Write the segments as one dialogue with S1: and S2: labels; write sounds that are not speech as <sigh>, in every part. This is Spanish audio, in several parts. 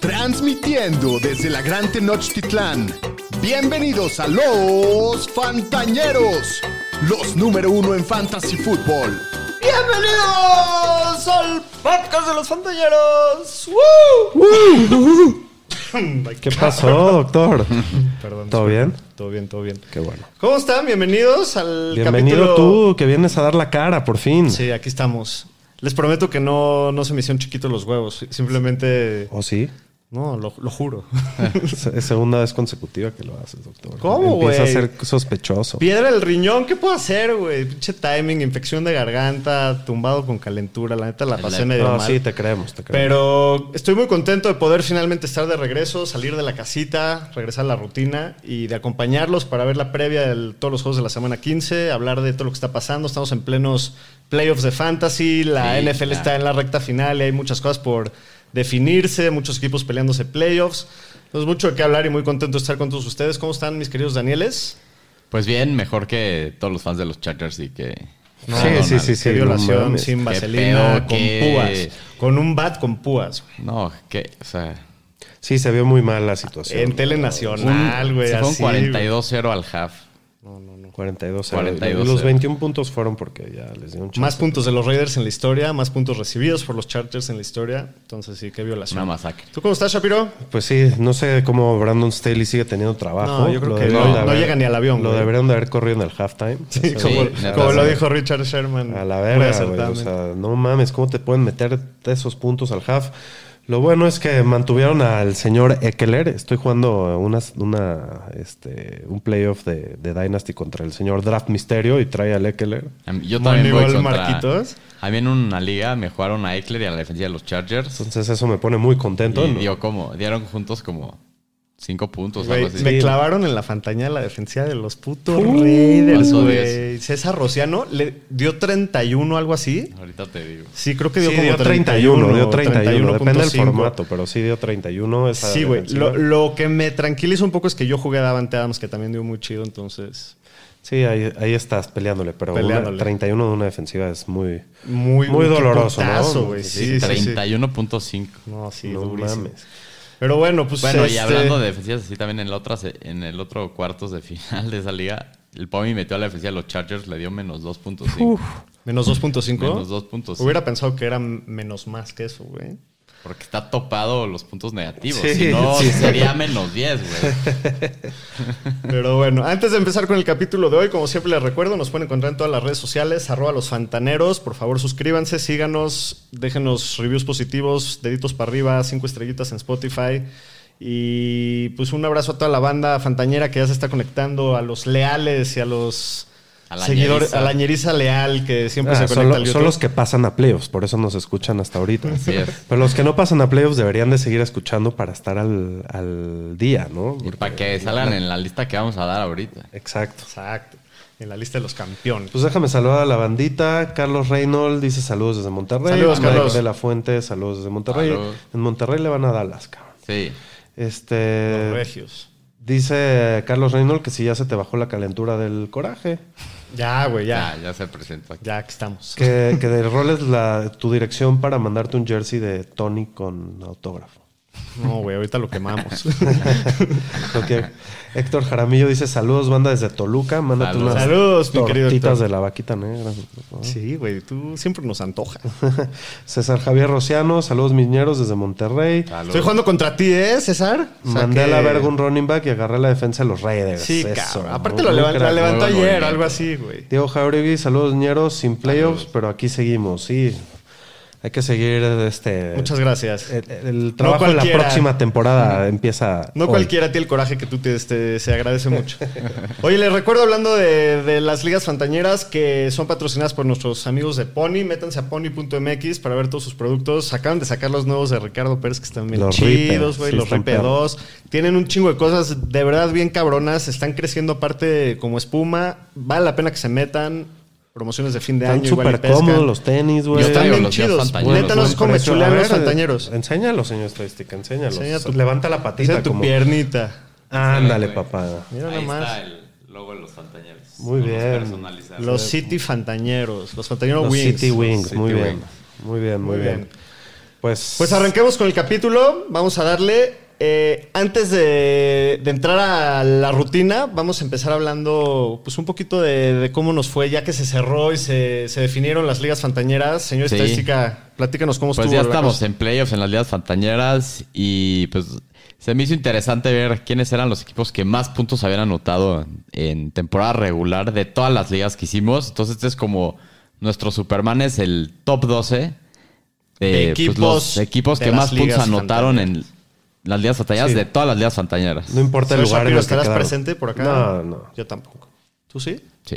S1: Transmitiendo desde la Gran Tenochtitlán. Bienvenidos a los Fantañeros, los número uno en Fantasy Football.
S2: Bienvenidos al podcast de los Fantañeros.
S3: ¿Qué pasó, doctor?
S2: Perdón.
S3: ¿Todo bien?
S2: Todo bien, todo bien.
S3: <laughs> Qué bueno.
S2: ¿Cómo están? Bienvenidos al
S3: Bienvenido
S2: capítulo.
S3: tú, que vienes a dar la cara, por fin.
S2: Sí, aquí estamos. Les prometo que no, no se me hicieron chiquitos los huevos. Simplemente.
S3: ¿O ¿Oh, sí?
S2: No, lo, lo
S3: <laughs>
S2: juro.
S3: Es es segunda vez consecutiva que lo haces, doctor.
S2: ¿Cómo,
S3: Empieza
S2: güey?
S3: a ser sospechoso.
S2: Piedra del riñón, ¿qué puedo hacer, güey? Pinche timing, infección de garganta, tumbado con calentura. La neta la pasé medio
S3: No,
S2: mal.
S3: sí, te creemos, te creemos.
S2: Pero estoy muy contento de poder finalmente estar de regreso, salir de la casita, regresar a la rutina y de acompañarlos para ver la previa de todos los juegos de la semana 15, hablar de todo lo que está pasando. Estamos en plenos playoffs de fantasy, la
S4: Sí,
S2: NFL
S4: claro.
S2: está en la recta final y hay muchas cosas por definirse, muchos equipos peleándose playoffs. Entonces, mucho de qué hablar y muy contento de estar con todos ustedes. ¿Cómo están, mis queridos Danieles?
S4: Pues bien, mejor que todos los fans de los Chargers y que.
S3: sí,
S4: no,
S3: sí,
S4: no,
S3: sí, sí.
S2: qué
S3: no
S2: violación,
S3: mames.
S2: sin
S4: Qué
S2: vaselina,
S4: pedo,
S2: con
S4: qué-
S2: púas. Con un bat con púas.
S4: No, que. O sea.
S3: Sí, se vio muy mal la situación.
S2: En Telenacional, güey.
S4: se fue un
S2: así, güey.
S4: 42-0 al half.
S3: 42
S4: 42.
S3: eh, Los 21 puntos fueron porque ya les dio un chance.
S2: Más puntos de los Raiders en la historia, más puntos recibidos por los Chargers en la historia. Entonces sí, qué violación.
S4: Una masacre.
S2: ¿Tú cómo estás, Shapiro?
S3: Pues sí, no sé cómo Brandon Staley sigue teniendo trabajo.
S2: No, yo creo
S3: Lo
S2: que
S3: deberían
S2: no,
S3: de
S2: no llega ni al avión,
S3: Lo
S2: güey.
S3: deberían de haber corrido en el halftime. O sea,
S2: como,
S4: neta,
S2: como lo
S4: sí.
S2: dijo Richard Sherman.
S3: A
S2: Mm,
S3: la
S2: muy
S3: verga, güey. O
S2: acertadamente.
S3: sea, no mames, ¿cómo te pueden meter esos puntos al half? Lo bueno es que mantuvieron al señor Eckler. Estoy jugando unas- una, este, un playoff de, de Dynasty contra el señor Draft Misterio y trae al Eckler.
S4: A mí- Yo también voy
S2: Moneyball
S4: contra.
S2: Marquitos.
S4: A mí en una liga me jugaron a Eckler y a la defensiva de los Chargers.
S3: Entonces eso me pone muy contento.
S4: Y
S3: ¿no?
S4: dio como. Dieron juntos como. 5 puntos,
S2: Güey,
S4: algo así.
S2: me clavaron en la fantaña la defensiva de los putos
S3: Uh,
S2: Raiders,
S4: pasó
S2: güey. César Rociano le dio 31 algo así.
S4: Ahorita te digo.
S2: Sí, creo que dio
S3: Sí,
S2: como
S3: dio 31, dio 31,
S2: 31.5.
S3: depende del formato, pero sí dio 31. esa
S2: Sí, güey.
S3: defensiva.
S2: Lo, lo que me tranquiliza un poco es que yo jugué a Davante Adams, que también dio muy chido, entonces...
S3: Sí, ahí, ahí estás peleándole, pero una-
S2: Peleándole.
S3: 31 de una defensiva es muy...
S2: Muy,
S3: Muy
S2: qué
S3: doloroso, ¿no?
S2: putazo, güey. Sí, sí, sí.
S4: 31.5.
S2: No, sí,
S3: no
S2: durísimo.
S3: mames.
S2: Pero bueno, pues.
S4: Bueno, y
S2: este,
S4: hablando de defensivas, así también en, la otra, se- en el otro cuartos de final de esa liga, el Pomi metió a la defensiva de los Chargers, le dio menos 2.5.
S2: Menos 2.5.
S4: Menos 2.5.
S2: Hubiera pensado que era menos más que eso, güey.
S4: Porque está topado los puntos negativos.
S3: Sí,
S4: si no,
S3: <laughs> sí.
S4: sería menos 10, güey.
S2: Pero bueno, antes de empezar con el capítulo de hoy, como siempre les recuerdo, nos pueden encontrar en todas las redes sociales, arroba los fantaneros. Por favor, suscríbanse, síganos, déjenos reviews positivos, deditos para arriba, cinco estrellitas en Spotify. Y pues un abrazo a toda la banda fantañera que ya se está conectando, a los leales y a los
S4: A la
S2: seguidores,
S4: ñeriza.
S2: a la ñeriza leal que siempre
S3: Ah,
S2: se
S3: son,
S2: conecta
S3: lo-
S2: al
S3: son
S2: YouTube.
S3: los que pasan a playoffs, por eso nos escuchan hasta ahorita.
S4: <laughs> Así es.
S3: Pero los que no pasan a playoffs deberían de seguir escuchando para estar al, al día, ¿no?
S4: Y para que salgan en la lista que vamos a dar ahorita.
S3: Exacto.
S2: Exacto. En la lista de los campeones.
S3: Pues déjame saludar a la bandita. Carlos Reynolds dice saludos desde Monterrey.
S2: Saludos,
S3: Mike
S2: Carlos.
S3: de la Fuente, saludos desde Monterrey.
S4: Saludos.
S3: En Monterrey le van a Dallas, cabrón.
S4: Sí.
S2: Los
S3: Este.
S2: regios.
S3: Dice Carlos Reynolds que si ya se te bajó la calentura del coraje.
S2: Ya, güey,
S4: Ya,
S2: ya.
S4: ya se presentó aquí.
S2: Ya que estamos.
S3: Que, que de roles la, tu dirección para mandarte un jersey de Tony con autógrafo.
S2: No, güey, ahorita lo <laughs> quemamos.
S3: Lo que- Héctor Jaramillo dice saludos banda desde Toluca, mándate
S4: Saludos.
S3: unas
S2: Saludos, mi querido
S3: tortitas
S2: Héctor.
S3: de la vaquita negra. <laughs> por favor.
S2: sí, güey, tú siempre nos antojas.
S3: César Javier Rociano, saludos miñeros desde Monterrey.
S4: Saludos.
S2: Estoy jugando contra ti, ¿eh, César? O sea
S3: Mandé a la
S2: que-
S3: verga un running back y agarré la defensa de los Raiders.
S2: Sí,
S3: Eso,
S2: cabrón.
S3: muy-
S2: Aparte lo
S3: muy
S2: levan- la
S3: crack.
S2: levantó
S4: muy
S2: ayer,
S4: buen movimiento.
S2: algo así, güey.
S3: Diego Jauregui, saludos ñeros, sin playoffs, pero aquí seguimos, sí. Hay que seguir este
S2: Muchas gracias.
S3: el, el trabajo de la
S2: cualquiera.
S3: próxima temporada empieza
S2: No
S3: hoy.
S2: cualquiera tiene el coraje que tú tienes, te- este, se agradece mucho. Oye, les recuerdo hablando de, de las ligas fantañeras que son patrocinadas por nuestros amigos de Pony. Métanse a pony.mx para ver todos sus productos. Acaban de sacar los nuevos de Ricardo Pérez que están bien
S3: Los
S2: chidos,
S3: Reapers,
S2: güey.
S3: sí,
S2: los
S3: están
S2: Ripe 2. Tienen un chingo de cosas de verdad bien cabronas. Están creciendo aparte como espuma. Vale la pena que se metan. Promociones de fin de
S3: Están
S2: año. igual y
S3: súper
S2: pescan.
S3: cómodos los tenis, güey.
S4: Yo
S2: Están
S4: traigo
S2: bien
S4: los días
S2: chidos.
S4: fantañeros.
S2: Neta, no es
S3: Buen
S2: como
S3: precio.
S2: chulear
S3: A
S2: los
S3: ver, eh,
S2: fantañeros.
S3: Enséñalo, señor estadística, enséñalo.
S2: Enseña tu-
S3: Levanta la patita.
S2: Esa es tu
S3: como-
S2: piernita.
S3: Ándale, papá.
S2: Mira nada más.
S4: el logo de los pantañeros.
S3: Muy Con los bien. personalizados.
S2: Los City Fantañeros, los Fantañeros
S3: Los
S2: Wings.
S3: City Wings,
S4: City
S3: muy bien.
S4: Wings.
S3: Muy bien, muy
S2: Muy bien.
S3: bien. Pues,
S2: Pues arranquemos con el capítulo. Vamos a darle. eh, antes de, de entrar a la rutina, vamos a empezar hablando pues un poquito de, de cómo nos fue, ya que se cerró y se, se definieron las ligas fantañeras. Señor
S4: Sí.
S2: Estadística, platícanos cómo
S4: Pues
S2: estuvo.
S4: ya
S2: la
S4: estamos
S2: cosa.
S4: en playoffs en las ligas fantañeras y pues se me hizo interesante ver quiénes eran los equipos que más puntos habían anotado en temporada regular de todas las ligas que hicimos. Entonces este es como nuestro Superman es el top 12 de pues,
S2: Equipos
S4: los equipos
S2: de
S4: que
S2: las
S4: más puntos
S2: ligas
S4: anotaron en las ligas fantañeras
S3: Sí.
S4: de todas las ligas fantañeras.
S3: no importa el
S2: Señor
S3: lugar en el
S2: Shapiro,
S3: que
S2: ¿estarás
S3: quedaron.
S2: presente por acá?
S3: No, no.
S2: Yo tampoco. ¿Tú sí?
S4: Sí.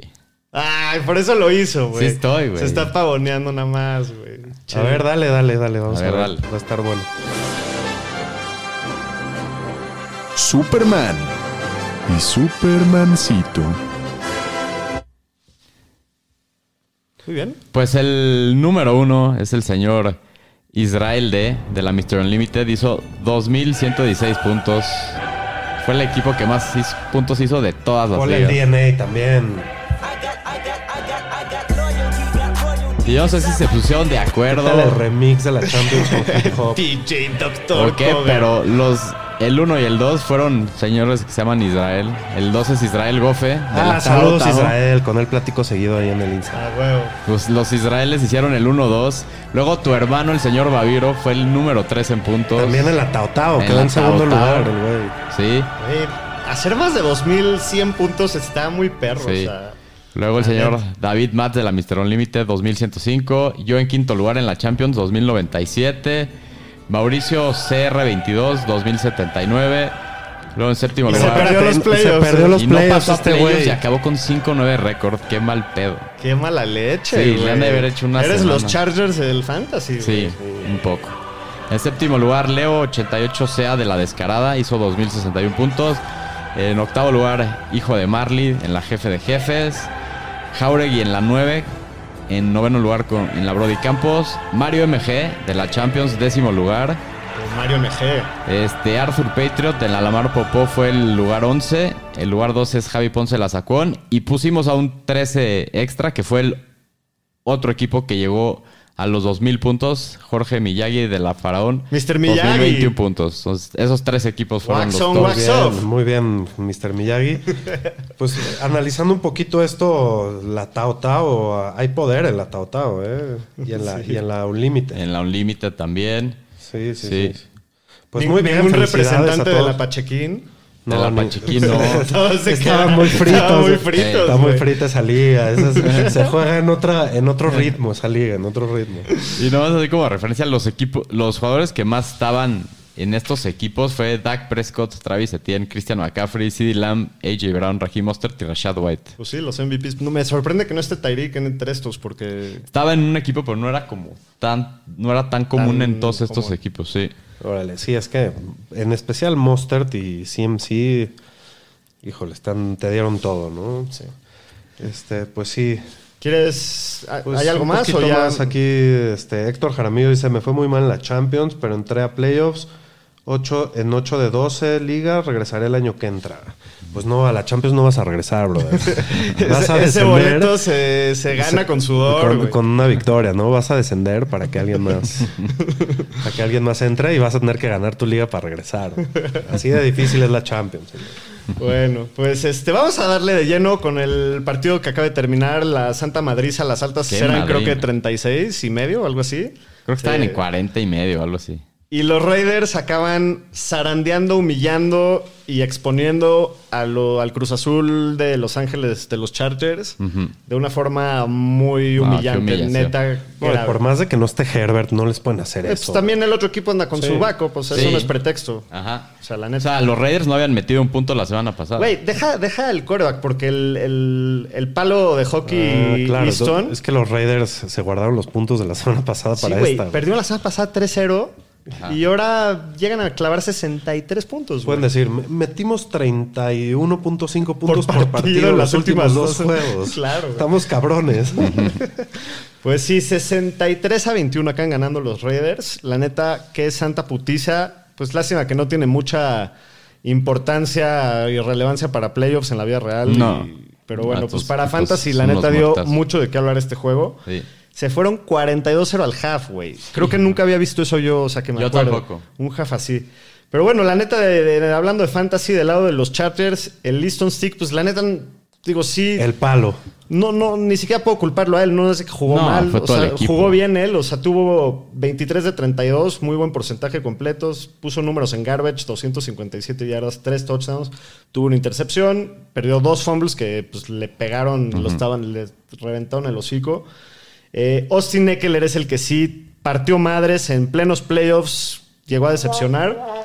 S2: Ay, por eso lo hizo, güey.
S4: Sí estoy, güey.
S2: Se está pavoneando nada más, güey.
S3: A ver, dale, dale, dale. Vamos
S4: A
S3: a
S4: ver,
S3: ver,
S4: dale.
S3: va a estar bueno.
S1: Superman y Supermancito.
S2: Muy bien.
S4: Pues el número uno es el señor Israel D de la Mr. Unlimited. Hizo 2.116 puntos. Fue el equipo que más his- puntos hizo de todas las
S3: Ponle el
S4: ligas.
S3: DNA también.
S4: Y yo no sé si se pusieron de acuerdo
S3: Dale el remix de la Champions con
S2: <laughs>
S3: hip hop.
S2: DJ Doctor.
S4: o qué, pero los, el uno y el dos fueron señores que se llaman Israel. El dos es Israel Gofe. de
S3: Ah,
S4: la
S3: saludos
S4: Tao Tao.
S3: Israel. Con él platico seguido ahí en el Insta.
S2: Ah, huevo.
S4: Pues los israeles hicieron el 1-2. Luego tu hermano, el señor Baviro, fue el número 3 en puntos.
S3: También el Ataotao,
S4: El
S3: quedó en segundo
S4: Ataotao.
S3: lugar el güey.
S4: Sí.
S2: Güey, hacer más de 2100 puntos está muy perro.
S4: Sí.
S2: O sea,
S4: Luego el señor David Matt de la Mr. Unlimited, 2105. Yo en quinto lugar en la Champions, 2097. Mauricio CR22, 2079. Luego en séptimo
S2: Y
S3: Pero
S2: se
S4: lugar.
S2: perdió
S3: aparte,
S2: los
S3: Se
S2: playoffs,
S3: perdió
S2: eh.
S3: los
S4: y no
S3: playoffs
S4: pasó a
S3: este
S4: playoffs
S3: güey.
S4: y acabó con 5-9 récord. Qué mal pedo.
S2: qué mala leche.
S4: Sí,
S2: güey.
S4: le han de haber hecho una
S2: Eres
S4: semana.
S2: los Chargers del Fantasy,
S4: Sí,
S2: güey.
S4: un poco. En séptimo lugar, Leo 88CA de la Descarada, hizo 2061 puntos. En octavo lugar, Hijo de Marley en la Jefe de Jefes. Jauregui en la 9. En noveno lugar con, en la Brody Campos. Mario MG de la Champions, décimo lugar.
S2: Con Mario MG.
S4: Este, Arthur Patriot en la Lamar Popó fue el lugar 11. El lugar 12 es Javi Ponce la Sacón. Y pusimos a un 13 extra, que fue el otro equipo que llegó a los 2.000 puntos. Jorge Miyagi de la Faraón.
S2: Mr. Miyagi.
S4: 2.021 puntos. Entonces, esos tres equipos fueron
S2: Wax
S4: los
S2: on,
S4: top.
S2: wax off.
S3: Muy bien,
S2: <laughs>
S3: Mr. Miyagi. Pues eh, analizando un poquito esto, la Tao Tao, ah, hay poder en la Tao Tao, ¿eh? Y en la, y en la Unlimited.
S4: En la Unlimited también.
S3: Sí, sí,
S4: Eh, Sí.
S3: sí. Pues
S2: Ni-
S3: muy bien,
S2: ningún
S3: felicidades
S2: representante
S3: a
S2: de
S3: todos.
S2: la Pachequín.
S4: De la
S3: ni-
S4: Pachequín,
S3: <laughs>
S4: no.
S2: Todos se
S3: Estaba
S2: quedaron-
S3: muy frito.
S2: Estaba muy
S4: fritos,
S2: frito.
S3: Está muy frita esa liga. Esa es- se juega en, otra, en
S4: <laughs>
S3: otro ritmo esa liga, en otro ritmo.
S4: Y nomás así como referencia, los equipos, los jugadores que más estaban en estos equipos fue Dak Prescott, Travis Etienne, Christian McCaffrey, CeeDee Lamb, AJ Brown, Raheem Mostert y Rashad White.
S2: Pues sí, los MVPs. No, me sorprende que no esté Tyreek entre estos porque
S4: Estaba en un equipo, pero no era como tan, no era tan común en todos estos
S2: común.
S4: equipos, sí.
S3: Órale, sí, es que en especial Mustard y CMC, híjole, están, te dieron todo, ¿no? Sí. Este, pues sí.
S2: ¿Quieres ¿hay-
S3: Pues,
S2: hay algo
S3: un
S2: más o
S3: poquito
S2: ya <laughs>
S3: más aquí, este, Héctor Jaramillo dice, me fue muy mal en la Champions, pero entré a playoffs. ocho- en 8 de 12 ligas, regresaré el año que entra. Pues no, a la Champions no vas a regresar,
S2: <laughs>
S3: brother. Vas a
S2: ese, ese
S3: descender
S2: boleto se, se gana con sudor,
S3: con-
S2: güey.
S3: con una victoria, ¿no? Vas a descender para que alguien
S2: <laughs>
S3: más para que alguien más entre y vas a tener que ganar tu liga para regresar. Así de difícil es la Champions. señor.
S2: Bueno, pues este, vamos a darle de lleno con el partido que acaba de terminar, la Santa Madriza, las altas
S4: Qué
S2: eran creo
S4: madrina.
S2: que 36 y medio, algo así.
S4: Creo que estaban
S2: Sí.
S4: en 40 y medio, algo así.
S2: Y los Raiders acaban zarandeando, humillando y exponiendo a lo- al Cruz Azul de Los Ángeles, de los Chargers,
S4: Ujú.
S2: de una forma muy
S4: No, qué
S2: humillante,
S4: humillación.
S2: neta.
S3: No, y
S2: grave.
S3: por más de que no esté Herbert, no les pueden hacer
S2: Eh, pues,
S3: eso.
S2: también el otro equipo anda con
S3: Sí.
S2: su vaco, pues
S4: Sí. Ah.
S2: eso no es pretexto.
S4: Ajá.
S2: O sea, la
S4: O
S2: neta.
S4: sea, los Raiders no habían metido un punto la semana pasada.
S2: Güey, deja, deja el coreback, porque el, el- el palo de
S3: Ah,
S2: hockey
S3: claro,
S2: Easton.
S3: es que los Raiders se guardaron los puntos de la <laughs> semana pasada
S2: Sí,
S3: para
S2: güey,
S3: esta. güey.
S2: perdimos la semana pasada 3-0 y ahora llegan a clavar 63 puntos. güey.
S3: Pueden decir, "Me- metimos 31.5 puntos por partido, en las últimas dos juegos.
S2: <laughs> Claro, güey. <laughs>
S3: Estamos cabrones.
S2: Pues sí, 63 a 21 acaban ganando los Raiders. La neta, qué santa putiza. Pues lástima que no tiene mucha importancia y relevancia para playoffs en la vida real.
S4: No.
S2: y- pero bueno,
S4: Vatos,
S2: pues para
S4: pues,
S2: Fantasy, la
S4: unos
S2: neta dio
S4: muertazos.
S2: mucho de qué hablar este juego.
S4: Sí.
S2: Se fueron 42-0 al half, güey. Creo que nunca había visto eso yo, o sea, que me
S4: Yo
S2: acuerdo.
S4: tampoco.
S2: Un half así. Pero bueno, la neta, de- de- de- hablando de fantasy, del lado de los charters, el Liston Stick, pues la neta, digo, sí.
S3: El palo.
S2: No, no, ni siquiera puedo culparlo a él, no es que jugó
S4: No,
S2: mal,
S4: fue
S2: o
S4: todo
S2: sea,
S4: el equipo.
S2: jugó bien él, o sea, tuvo 23 de 32, muy buen porcentaje de completos, puso números en garbage, 257 yardas, 3 touchdowns, tuvo una intercepción, perdió dos fumbles que pues, le pegaron, lo estaban, le reventaron el hocico. Eh, Austin Eckler es el que sí partió madres en plenos playoffs, llegó a decepcionar.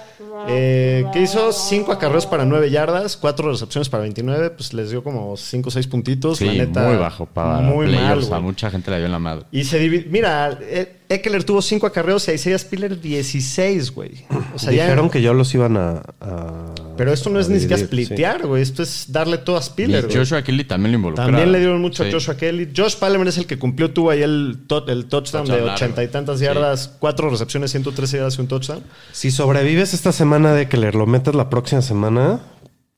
S2: Eh, que hizo 5 acarreos para 9 yardas, 4 recepciones para 29, pues les dio como 5 o 6 puntitos. la
S4: Sí,
S2: neta,
S4: muy bajo para
S2: Muy mal,
S4: playoffs.
S2: güey.
S4: a mucha gente le dio en la madre.
S2: Y se divi- Mira, eh, Eckler tuvo 5 acarreos y Isaiah Spiller 16, güey. O sea,
S3: Dijeron
S2: ya.
S3: que ya los iban a. a-
S2: Pero esto no es
S3: a
S2: ni siquiera
S3: dividir, sí.
S2: splitear, güey. Esto es darle todo a
S4: Y
S2: Spiller, güey.
S4: Joshua Kelly también lo involucró.
S2: También le dieron mucho
S4: Sí.
S2: a Joshua Kelly. Josh Palmer es el que cumplió, tuvo ahí el, to- el touchdown
S4: Touchdown
S2: de
S4: largo.
S2: ochenta y tantas
S4: Sí.
S2: yardas, cuatro recepciones, 113 yardas y un touchdown.
S3: Si sobrevives esta semana de Eckler, lo metes la próxima semana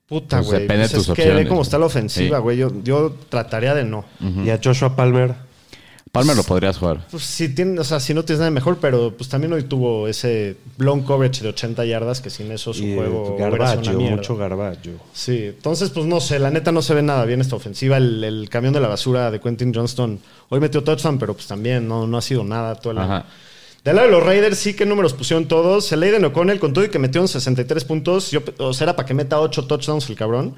S2: Puta,
S4: Pues
S2: güey.
S4: depende de
S2: Pues
S4: tus
S2: es que ve
S4: opciones,
S2: cómo está la
S4: güey.
S2: ofensiva,
S4: Sí.
S2: güey. Yo, yo trataría de no.
S3: y a Joshua Palmer.
S4: Palmer lo podrías jugar.
S2: Pues si tiene, o sea, si no tienes nada mejor, pero pues también hoy tuvo ese long coverage de 80 yardas que sin eso su
S3: y
S2: juego hubiera sido
S3: garbacho,
S2: una mierda.
S3: mucho garbacho.
S2: Sí, entonces pues no sé, la neta no se ve nada bien esta ofensiva. El, el camión de la basura de Quentin Johnston hoy metió touchdown, pero pues también no, no ha sido nada todo el año.
S4: Ajá.
S2: Del lado de los Raiders sí que números pusieron todos. El Aiden O'Connell con todo y que metió en 63 puntos. Yo, o sea, era para que meta 8 touchdowns el cabrón.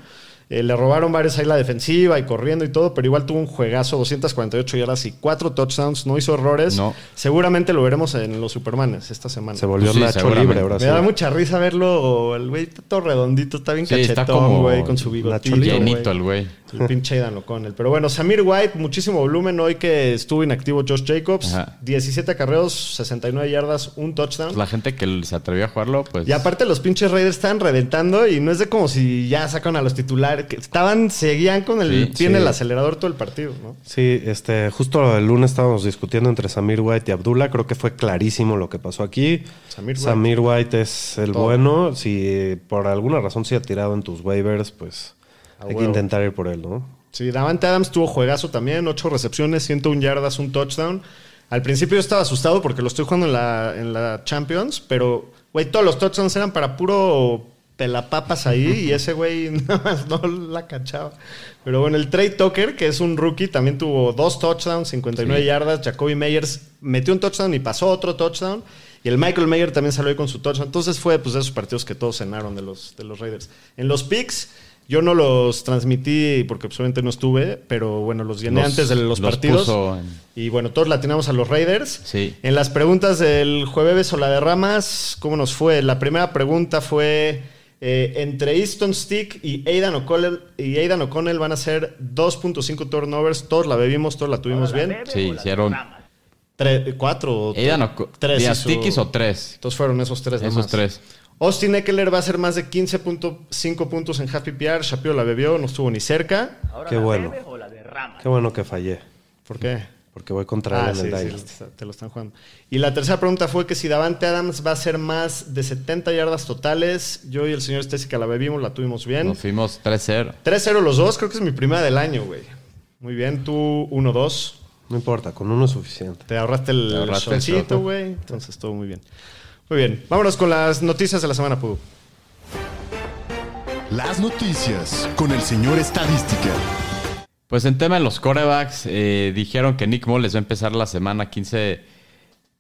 S2: Eh, le robaron varios ahí la defensiva y corriendo y todo, pero igual tuvo un juegazo, 248 yardas y 4 touchdowns, no hizo errores.
S4: No.
S2: Seguramente lo veremos en los Supermanes esta semana.
S3: Se volvió
S4: Sí,
S3: Nacho
S4: seguramente.
S3: libre ahora
S2: Me da
S3: sí.
S2: mucha risa verlo. El güey está todo redondito, está bien
S4: Sí, está
S2: cachetón,
S4: como
S2: güey, con su bigotito. güey.
S4: Llenito el güey.
S2: El pinche Aidan O'Connell. Pero bueno, Samir White, muchísimo volumen hoy que estuvo inactivo Josh Jacobs.
S4: Ajá.
S2: 17 acarreos, 69 yardas, un touchdown.
S4: Pues La gente que se atrevió a jugarlo, pues.
S2: Y aparte los pinches Raiders estaban reventando y no es de como si ya sacan a los titulares. que estaban, seguían con el
S4: Sí,
S2: pie en
S3: sí.
S2: el acelerador todo el partido, ¿no?
S3: Sí, este, justo el lunes estábamos discutiendo entre Samir White y Abdullah. Creo que fue clarísimo lo que pasó aquí.
S2: Samir
S3: Samir
S2: White.
S3: White, es el bueno. Si por alguna razón se ha tirado en tus waivers, pues
S2: A
S3: hay que
S2: huevo.
S3: intentar ir por él, ¿no?
S2: Sí, Davante Adams tuvo juegazo también, 8 recepciones, 101 yardas, un touchdown. Al principio yo estaba asustado porque lo estoy jugando en la, en la Champions, pero, güey, todos los touchdowns eran para puro pelapapas ahí y ese güey <laughs> nada más no la cachaba. Pero bueno, el Trey Tucker, que es un rookie, también tuvo dos touchdowns, 59
S4: Sí.
S2: yardas. Jacoby Meyers metió un touchdown y pasó otro touchdown. Y el Michael Mayer también salió ahí con su touchdown. Entonces fue pues, de esos partidos que todos cenaron de los, de los Raiders. En los picks, yo no los transmití porque pues, obviamente no estuve, pero bueno, los llené
S4: Los-
S2: antes de los,
S4: los
S2: partidos.
S4: puso en-
S2: Y bueno, todos latinamos a los Raiders.
S4: Sí.
S2: En las preguntas del jueves o la de ramas, ¿cómo nos fue? La primera pregunta fue eh, entre Easton Stick y Aidan O'Connell, y Aidan O'Connell van a ser 2.5 turnovers. Todos la bebimos, todos la tuvimos bien.
S4: Sí, hicieron.
S2: Tre- ¿Cuatro? o
S4: Aidan
S2: tre-
S4: o
S2: tres
S4: tres.
S2: hizo-
S4: hizo tres.
S2: Entonces fueron esos tres.
S4: Esos
S2: nomás.
S4: tres.
S2: Austin Eckler va a hacer más de 15.5 puntos en Half PPR. Shapiro la bebió, no estuvo ni cerca.
S3: Qué bueno. Qué bueno que fallé,
S2: ¿Por qué?
S3: porque voy contra
S2: Ah,
S3: él
S2: sí,
S3: en el
S2: sí,
S3: Dynasty.
S2: lo- te lo están jugando. Y la tercera pregunta fue que si Davante Adams va a hacer más de 70 yardas totales. Yo y el señor Stacy que la bebimos, la tuvimos bien.
S4: Nos fuimos 3-0.
S2: 3-0 los dos, creo que es mi primera del año, güey. Muy bien, tú 1-2.
S3: No importa, con uno es suficiente.
S2: Te ahorraste el
S4: Te ahorraste el
S2: solcito,
S4: soto.
S2: güey. Entonces, todo muy bien. Muy bien, vámonos con las noticias de la semana, Pudu.
S1: Las noticias con el señor Estadística.
S4: Pues en tema de los corebacks, eh, dijeron que Nick Moles va a empezar la semana 15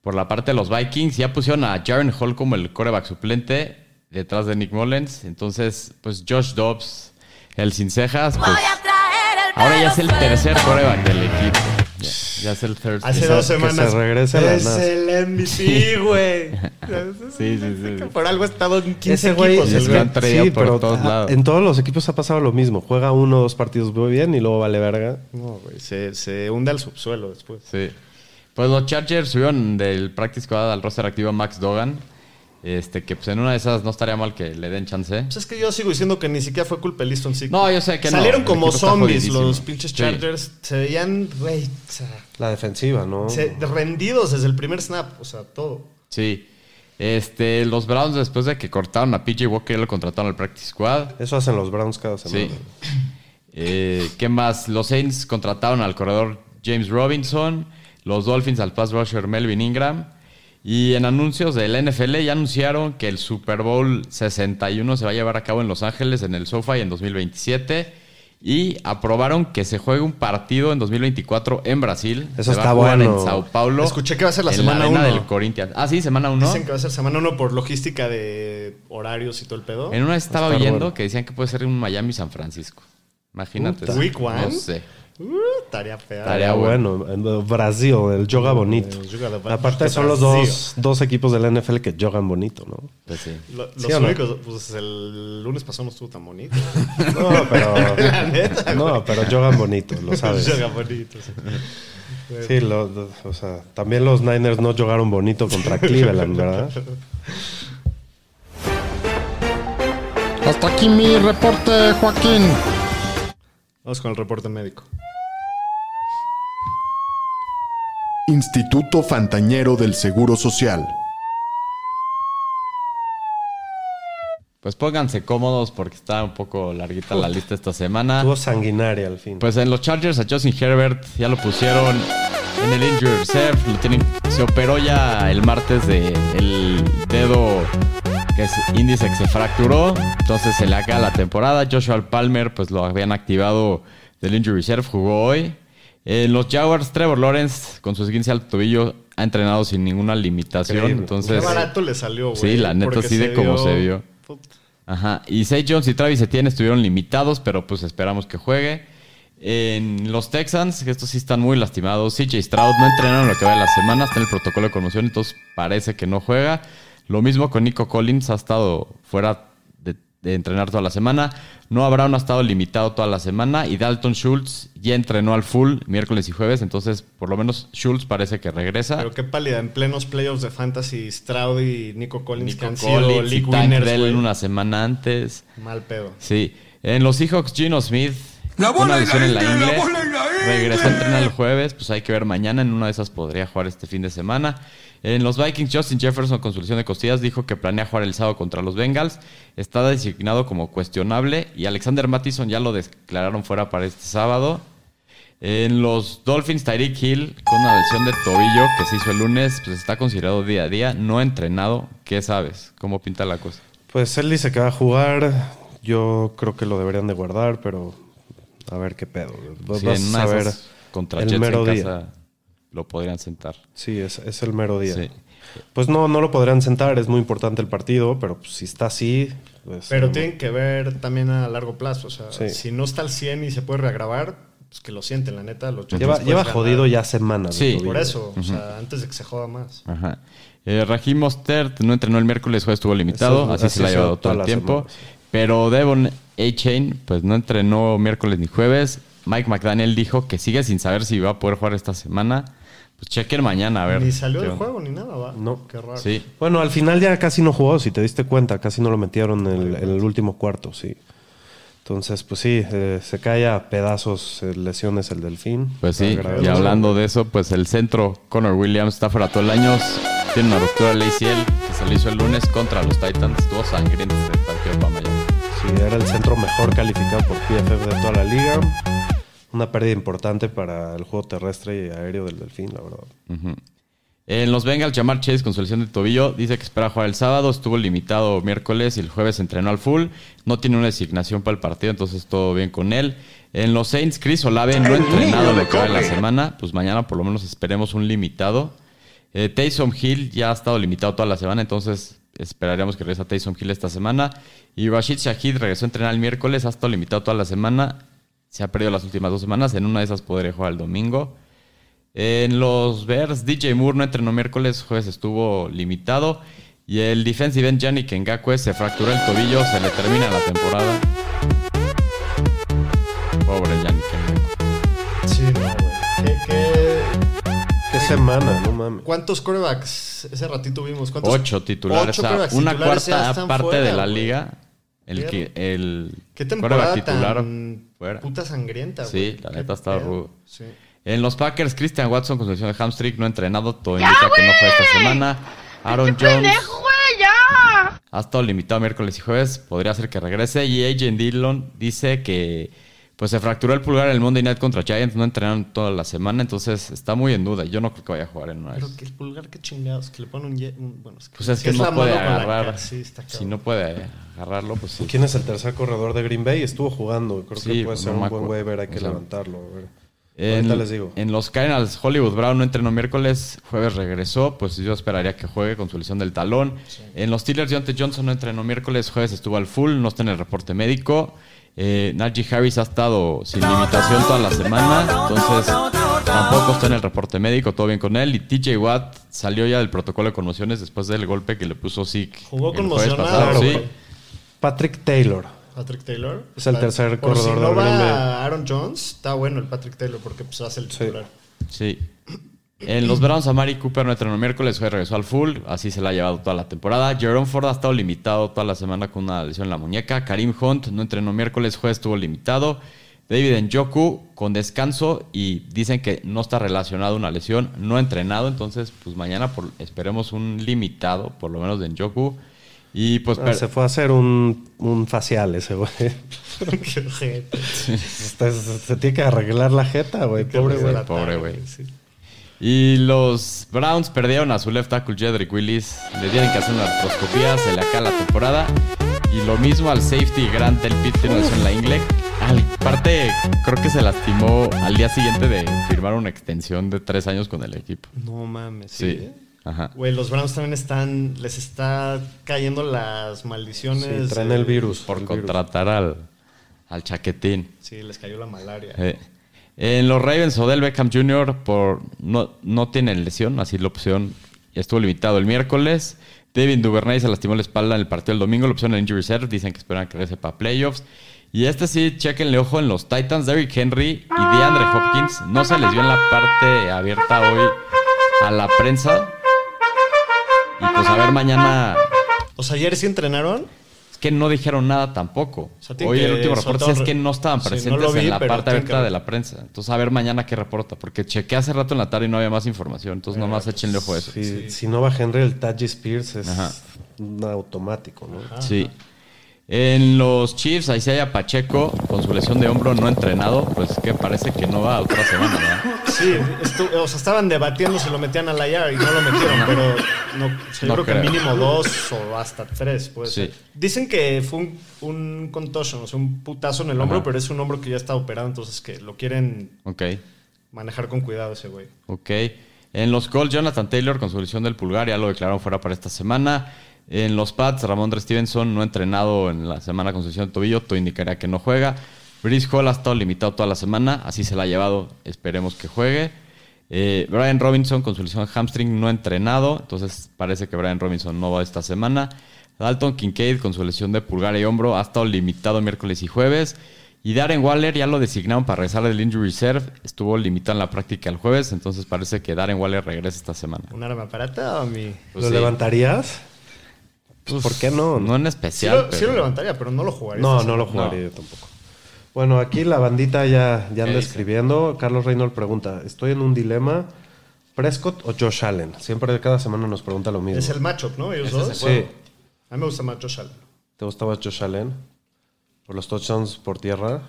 S4: por la parte de los Vikings. Ya pusieron a Jaren Hall como el coreback suplente detrás de Nick Mullens. Entonces, pues Josh Dobbs, el sin cejas, pues, ahora ya es el tercer coreback del equipo. Ya, ya es el third.
S2: Hace
S3: se-
S2: dos
S3: que
S2: semanas.
S3: se regrese a la
S2: Es
S3: NASA.
S2: el MVP, güey.
S4: <laughs> Sí, sí, sí.
S2: Por algo ha estado en 15 equipos.
S4: es
S2: el güey.
S4: gran- han traído por todos
S3: ah,
S4: lados.
S3: en todos los equipos ha pasado lo mismo. Juega uno o dos partidos muy bien y luego vale verga.
S2: No, güey, se, se hunde al subsuelo después.
S4: Sí. Pues los Chargers subieron del practice squad al roster activo a Max Dogan. Este, que pues en una de esas no estaría mal que le den chance.
S2: Pues es que yo sigo diciendo que ni siquiera fue culpa de Liston Sick.
S4: No, yo sé que no.
S2: Salieron
S4: El
S2: como
S4: equipo está
S2: zombies
S4: jodidísimo.
S2: los pinches
S4: Sí.
S2: Chargers. Se veían, güey, o sea,
S3: La defensiva, ¿no?
S2: se- rendidos desde el primer snap. O sea, todo.
S4: Sí. Este, los Browns, después de que cortaron a PJ Walker, lo contrataron al practice squad.
S3: Eso hacen los Browns cada semana.
S4: Sí. Eh, ¿Qué más? Los Saints contrataron al corredor James Robinson. Los Dolphins al pass rusher Melvin Ingram. Y en anuncios del NFL ya anunciaron que el Super Bowl 61 se va a llevar a cabo en Los Ángeles, en el SoFi en 2027. Y aprobaron que se juegue un partido en 2024 en Brasil.
S3: Eso
S4: Se va
S3: está
S4: a jugar
S3: bueno.
S4: en Sao Paulo.
S2: Escuché que va a ser la
S4: en
S2: semana
S4: arena
S2: uno.
S4: del Corinthians. Ah, sí, semana 1.
S2: Dicen que va a ser semana 1 por logística de horarios y todo el pedo.
S4: En una estaba
S3: Está
S4: oyendo
S3: bueno.
S4: que decían que puede ser un Miami-San Francisco. Imagínate.
S2: Puta. Week one.
S4: No sé.
S2: Uh, tarea fea.
S4: Tarea
S3: Estaría bueno. En Brasil, el yoga bonito.
S2: El yoga de-
S3: Aparte son los
S2: Brasil.
S3: dos, dos equipos del NFL que yogan bonito, ¿no?
S4: Pues sí.
S2: Lo- los
S3: ¿Sí o no?
S2: únicos, pues el lunes pasado no estuvo tan
S4: <laughs>
S2: bonito.
S3: No, pero,
S2: <laughs>
S3: no, pero yogan bonito, lo sabes.
S2: Yoga bonito. sí.
S3: Sí, lo- lo- o sea, también los Niners no jugaron bonito contra
S2: <laughs>
S3: Cleveland, ¿verdad?
S1: Hasta aquí mi reporte, Joaquín.
S2: Vamos con el reporte médico.
S1: Instituto Fantañero del Seguro Social.
S4: Pues pónganse cómodos porque está un poco larguita la lista esta semana.
S3: Tuvo sanguinaria al fin.
S4: Pues en los Chargers a Justin Herbert ya lo pusieron en el injury reserve. Lo tienen, se operó ya el martes de el dedo que es índice que se fracturó. Entonces se le acaba la temporada. Joshua Palmer pues lo habían activado del injury reserve. Jugó hoy. En los Jaguars Trevor Lawrence con su esguince al tobillo ha entrenado sin ninguna limitación.
S3: Increíble.
S2: Qué
S4: Entonces
S2: barato le salió, güey.
S4: Sí, la neta,
S2: porque
S4: sí, de cómo se vio.
S2: Puta.
S4: Ajá. Y Zay Jones y Travis Etienne estuvieron limitados, pero pues esperamos que juegue. En los Texans, que estos sí están muy lastimados. CJ Stroud no entrenaron lo que va de la semana, está en el protocolo de conmoción, entonces parece que no juega. Lo mismo con Nico Collins, ha estado fuera de, de entrenar toda la semana. No habrá un estado limitado toda la semana. Y Dalton Schultz ya entrenó al full miércoles y jueves, entonces por lo menos Schultz parece que regresa.
S2: Pero qué pálida, en plenos playoffs de Fantasy, Stroud y Nico Collins que
S4: Nico
S2: han sido
S4: Collins y
S2: league
S4: Tank
S2: winners,
S4: Dell
S2: güey.
S4: una semana antes.
S2: Mal pedo.
S4: Sí. En los Seahawks, Gino Smith.
S5: La
S4: con
S5: bola en la
S4: una lesión en la
S5: ingle, la
S4: ingle.
S5: bola en la ingle.
S4: Regresó a entrenar el jueves. Pues hay que ver mañana. En una de esas podría jugar este fin de semana. En los Vikings, Justin Jefferson con su lesión de costillas dijo que planea jugar el sábado contra los Bengals. Está designado como cuestionable. Y Alexander Mattison ya lo declararon fuera para este sábado. En los Dolphins, Tyreek Hill con una lesión de tobillo que se hizo el lunes, pues está considerado día a día, no entrenado. ¿Qué sabes? ¿Cómo pinta la cosa?
S3: Pues él dice que va a jugar. Yo creo que lo deberían de guardar, pero a ver qué pedo. Va-
S4: Sí,
S3: vas
S4: en
S3: a
S4: una de
S3: saber
S4: esas contra
S3: el
S4: Jets
S3: mero
S4: en
S3: día.
S4: casa lo podrían sentar.
S3: Sí, es, es el mero día.
S4: Sí.
S3: Pues no, no lo podrían sentar. Es muy importante el partido, pero pues, si está así. pues,
S2: Pero
S3: no.
S2: tienen que ver también a largo plazo. O sea,
S3: Sí.
S2: si no está al 100 y se puede reagravar, pues que lo sienten, la neta. Los
S3: Lleva,
S2: Jets
S3: lleva
S2: pueden
S3: jodido
S2: ganar.
S3: ya semanas. de
S4: Sí.
S3: tobillo.
S2: Por eso, o sea, antes de que se joda más.
S4: Ajá. Eh, Raheem Mostert no entrenó el miércoles, jueves estuvo limitado,
S3: Eso es-
S4: así, se
S3: así
S4: la ha
S3: se
S4: llevado
S3: toda
S4: todo el
S3: la
S4: tiempo.
S3: semana, sí.
S4: Pero Devon A. Chain, pues no entrenó miércoles ni jueves. Mike McDaniel dijo que sigue sin saber si va a poder jugar esta semana. Pues chequen mañana, a ver.
S2: Ni salió
S4: qué
S2: del
S4: onda.
S2: juego ni nada, va.
S3: No.
S2: Qué raro.
S4: Sí.
S3: Bueno, al final ya casi no jugó, si te diste cuenta, casi no lo metieron en el, en el último cuarto, sí. Entonces, pues sí, eh, se cae a pedazos eh, lesiones el delfín.
S4: Pues sí,
S3: Está grave.
S4: y hablando de eso, pues el centro Connor Williams está fuera todo el año. Tiene una ruptura del ACL que se le hizo el lunes contra los Titans. Estuvo sangriento el partido para Miami.
S3: Sí, era el centro mejor calificado por PFF de toda la liga. Una pérdida importante para el juego terrestre y aéreo del delfín, la verdad.
S4: En los Bengals, Jamar Chase con su lesión de tobillo dice que espera jugar el sábado, estuvo limitado miércoles y el jueves entrenó al full. No tiene una designación para el partido, entonces todo bien con él. En los Saints, Chris Olave no ha entrenado lo que va de la semana, pues mañana por lo menos esperemos un limitado. Eh, Taysom Hill ya ha estado limitado toda la semana, entonces esperaríamos que regrese a Taysom Hill esta semana. Y Rashid Shahid regresó a entrenar el miércoles, ha estado limitado toda la semana. Se ha perdido las últimas dos semanas, en una de esas podría jugar el domingo. En los Bears, DJ Moore no entrenó miércoles, jueves estuvo limitado. Y el defensive end Yannick Ngakwe se fracturó el tobillo, se le termina la temporada. Pobre Yannick Ngakwe.
S2: Sí, no, güey. ¿Qué- qué-
S3: Qué semana, no mames.
S2: cuántos corebacks ese ratito vimos? ¿Cuántos?
S4: Ocho titulares,
S2: Ocho
S4: o sea,
S2: quarterbacks
S4: una
S2: titulares ya
S4: cuarta
S2: están
S4: parte
S2: fuera,
S4: de la
S2: güey.
S4: liga. El,
S2: Qué-
S4: que- el
S2: ¿Qué
S4: quarterback
S2: temporada tan
S4: fuera.
S2: puta sangrienta,
S4: Sí,
S2: güey?
S4: la
S2: Qué
S4: neta estaba
S2: pedo.
S4: rudo.
S2: Sí.
S4: En los Packers, Christian Watson con lesión de hamstring no entrenado, todo indica que no fue esta semana. Aaron Jones
S5: ¡Pendejo, güey, ya!
S4: ha estado limitado miércoles y jueves, podría ser que regrese. Y AJ Dillon dice que pues se fracturó el pulgar en el Monday Night contra Giants, no entrenaron toda la semana, entonces está muy en duda. Yo no creo que vaya a jugar en una vez.
S2: Pero que el pulgar, qué chingados, que le ponen un, ye- un- bueno, es que,
S4: Pues es que
S2: la
S4: no puede
S2: mano con la
S4: agarrar.
S2: cara, sí, está
S4: si no puede agarrarlo, pues sí.
S3: ¿Quién es el tercer corredor de Green Bay? Estuvo jugando. Creo
S4: Sí,
S3: que puede
S4: no
S3: ser
S4: me
S3: un buen
S4: acuerdo.
S3: waiver. Hay que
S4: O sea,
S3: levantarlo. a ver.
S4: En,
S3: Ahorita les digo.
S4: en los Cardinals, Hollywood Brown no entrenó miércoles, jueves regresó, pues yo esperaría que juegue con su lesión del talón. En los Steelers, Deontay Johnson no entrenó miércoles, jueves estuvo al full, no está en el reporte médico. Eh, Najee Harris ha estado sin limitación toda la semana, entonces tampoco está en el reporte médico, todo bien con él. Y TJ Watt salió ya del protocolo de conmociones después del golpe que le puso Zeke.
S2: Jugó
S4: el jueves
S2: conmocionado,
S4: pasado,
S3: güey.
S4: sí.
S3: Patrick Taylor. Ah,
S2: Patrick Taylor.
S3: Es el
S2: Está-
S3: tercer
S2: por
S3: corredor
S2: si no
S3: de Green Bay.
S2: va Aaron Jones, está bueno el Patrick Taylor porque pues hace el titular. <laughs>
S4: Sí. En los Browns, Amari Cooper no entrenó miércoles, hoy regresó al full, así se la ha llevado toda la temporada. Jerome Ford ha estado limitado toda la semana con una lesión en la muñeca. Karim Hunt no entrenó miércoles, jueves estuvo limitado. David Njoku con descanso y dicen que no está relacionado a una lesión, no ha entrenado, entonces pues mañana por- esperemos un limitado, por lo menos de Njoku. Y pues
S3: Ah,
S4: per-
S3: se fue a hacer un, un facial ese güey. <laughs>
S2: Qué ojete.
S3: Está- se, se tiene que arreglar la jeta, güey.
S2: Qué
S3: Pobre güey.
S2: desbarate.
S4: pobre güey.
S2: Sí.
S4: Y los Browns perdieron a su left tackle Jedrick Willis. Le tienen que hacer una artroscopía, se le acaba la temporada. Y lo mismo al safety Grant del Pitt que no hizo en la Ingle. Al parte, creo que se lastimó al día siguiente de firmar una extensión de tres años con el equipo.
S2: No mames,
S4: Sí.
S2: sí.
S4: Ajá.
S2: Güey, los Browns también están, les está cayendo las maldiciones.
S3: Sí, traen el
S2: eh,
S3: virus.
S4: Por
S3: el
S4: contratar al, al chaquetín.
S2: Sí, les cayó la malaria.
S4: Eh, En los Ravens, Odell Beckham Jr. Por, no, no tiene lesión, así la opción estuvo limitado el miércoles. David Duvernay se lastimó la espalda en el partido del domingo, la opción en Injury Reserve. Dicen que esperan que regrese para playoffs. Y este sí, chequenle ojo en los Titans. Derrick Henry y DeAndre Hopkins no se les vio en la parte abierta hoy a la prensa. Y pues a ver mañana.
S2: O sea, ayer sí entrenaron.
S4: Es que no dijeron nada tampoco.
S2: O sea, tienen
S4: Hoy
S2: que
S4: el último reporte
S2: soltar-
S4: es que no estaban
S2: Sí, no
S4: presentes
S2: lo vi,
S4: en la
S2: pero
S4: parte
S2: tienen que
S4: abierta
S2: ver.
S4: de la prensa. Entonces, a ver mañana qué reporta, porque chequé hace rato en la tarde y no había más información. Entonces, nomás échenle ojo a eso.
S3: Si, si no va Henry, el Taji Spears es
S4: Ajá.
S3: un automático, ¿no?
S4: Sí. En los Chiefs, ahí se haya Pacheco con su lesión de hombro no entrenado, pues que parece que no va otra semana, ¿verdad?
S2: Sí, estu- o sea, estaban debatiendo si lo metían al IR y no lo metieron, pero no, o sea, yo
S4: No
S2: creo, que
S4: creo.
S2: mínimo dos o hasta tres. Pues.
S4: Sí.
S2: Dicen que fue un, un contusion, o sea, un putazo en el hombro,
S4: Ajá.
S2: pero es un hombro que ya está operado, entonces que lo quieren
S4: Ok.
S2: manejar con cuidado ese güey.
S4: Ok. En los Colts, Jonathan Taylor con su lesión del pulgar, ya lo declararon fuera para esta semana. En los Pats, Ramondre Stevenson no entrenado en la semana con su lesión de tobillo, todo indicaría que no juega. Brice Hall ha estado limitado toda la semana, así se la ha llevado, esperemos que juegue. Eh, Brian Robinson con su lesión de hamstring no entrenado, entonces parece que Brian Robinson no va esta semana. Dalton Kincaid con su lesión de pulgar y hombro ha estado limitado miércoles y jueves. Y Darren Waller ya lo designaron para regresar del Injury Reserve. Estuvo limitado en la práctica el jueves, entonces parece que Darren Waller regresa esta semana.
S2: ¿Un arma barata o mi.?
S4: Pues
S3: ¿Lo
S4: sí.
S3: levantarías? Pues, ¿Por qué no?
S4: No en
S2: Sí
S4: especial.
S2: lo, sí
S4: pero-
S2: lo levantaría, pero no lo jugaría.
S3: No,
S2: esta
S3: no lo jugaría yo tampoco. Bueno, aquí la bandita ya, ya anda
S4: dice?
S3: escribiendo. Carlos Reynolds pregunta: Estoy en un dilema. ¿Prescott o Josh Allen? Siempre cada semana nos pregunta lo mismo.
S2: Es el matchup, ¿no? Ellos dos.
S3: Sí.
S2: A mí me gusta más Josh Allen.
S3: ¿Te gustaba Josh Allen? Por los touchdowns por tierra.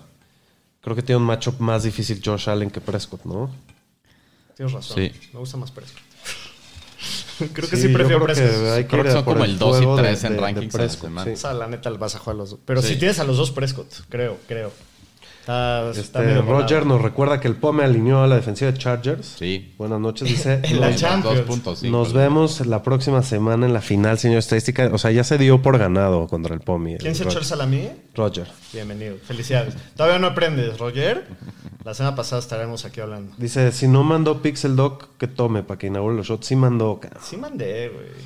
S3: Creo que tiene un matchup más difícil Josh Allen que Prescott, ¿no?
S2: Tienes razón.
S4: Sí.
S2: Me gusta más Prescott. <laughs> creo que sí,
S3: yo
S2: prefiero
S3: creo que
S2: Prescott.
S3: hay que
S4: Creo que
S3: ir a
S4: son
S3: por
S4: como el dos y
S3: juego de-
S4: tres en
S3: de- de
S4: rankings a la
S3: Prescott,
S4: semana.
S3: sí.
S2: O sea, la neta, le vas a jugar a los dos. Pero
S4: Sí.
S2: si tienes a los dos Prescott, creo, creo. Está, Pues está
S3: Este,
S2: medio
S3: Roger
S2: volado.
S3: nos recuerda que el POME alineó a la defensiva de Chargers.
S4: Sí.
S2: <laughs>
S3: Buenas noches, dice.
S2: En la
S3: nos,
S2: Champions.
S3: nos vemos la próxima semana en la final, señor estadística. O sea, ya se dio por ganado contra el POME.
S2: ¿Quién
S3: el
S2: se echó el
S3: Roger.
S2: salami?
S3: Roger.
S2: Bienvenido. Felicidades. Todavía no aprendes, Roger. La semana pasada estaremos aquí hablando.
S3: Dice, si no mandó Pixel Doc, que tome para que inaugure los shots. Sí mandó, cabrón.
S2: Sí mandé, güey. <laughs>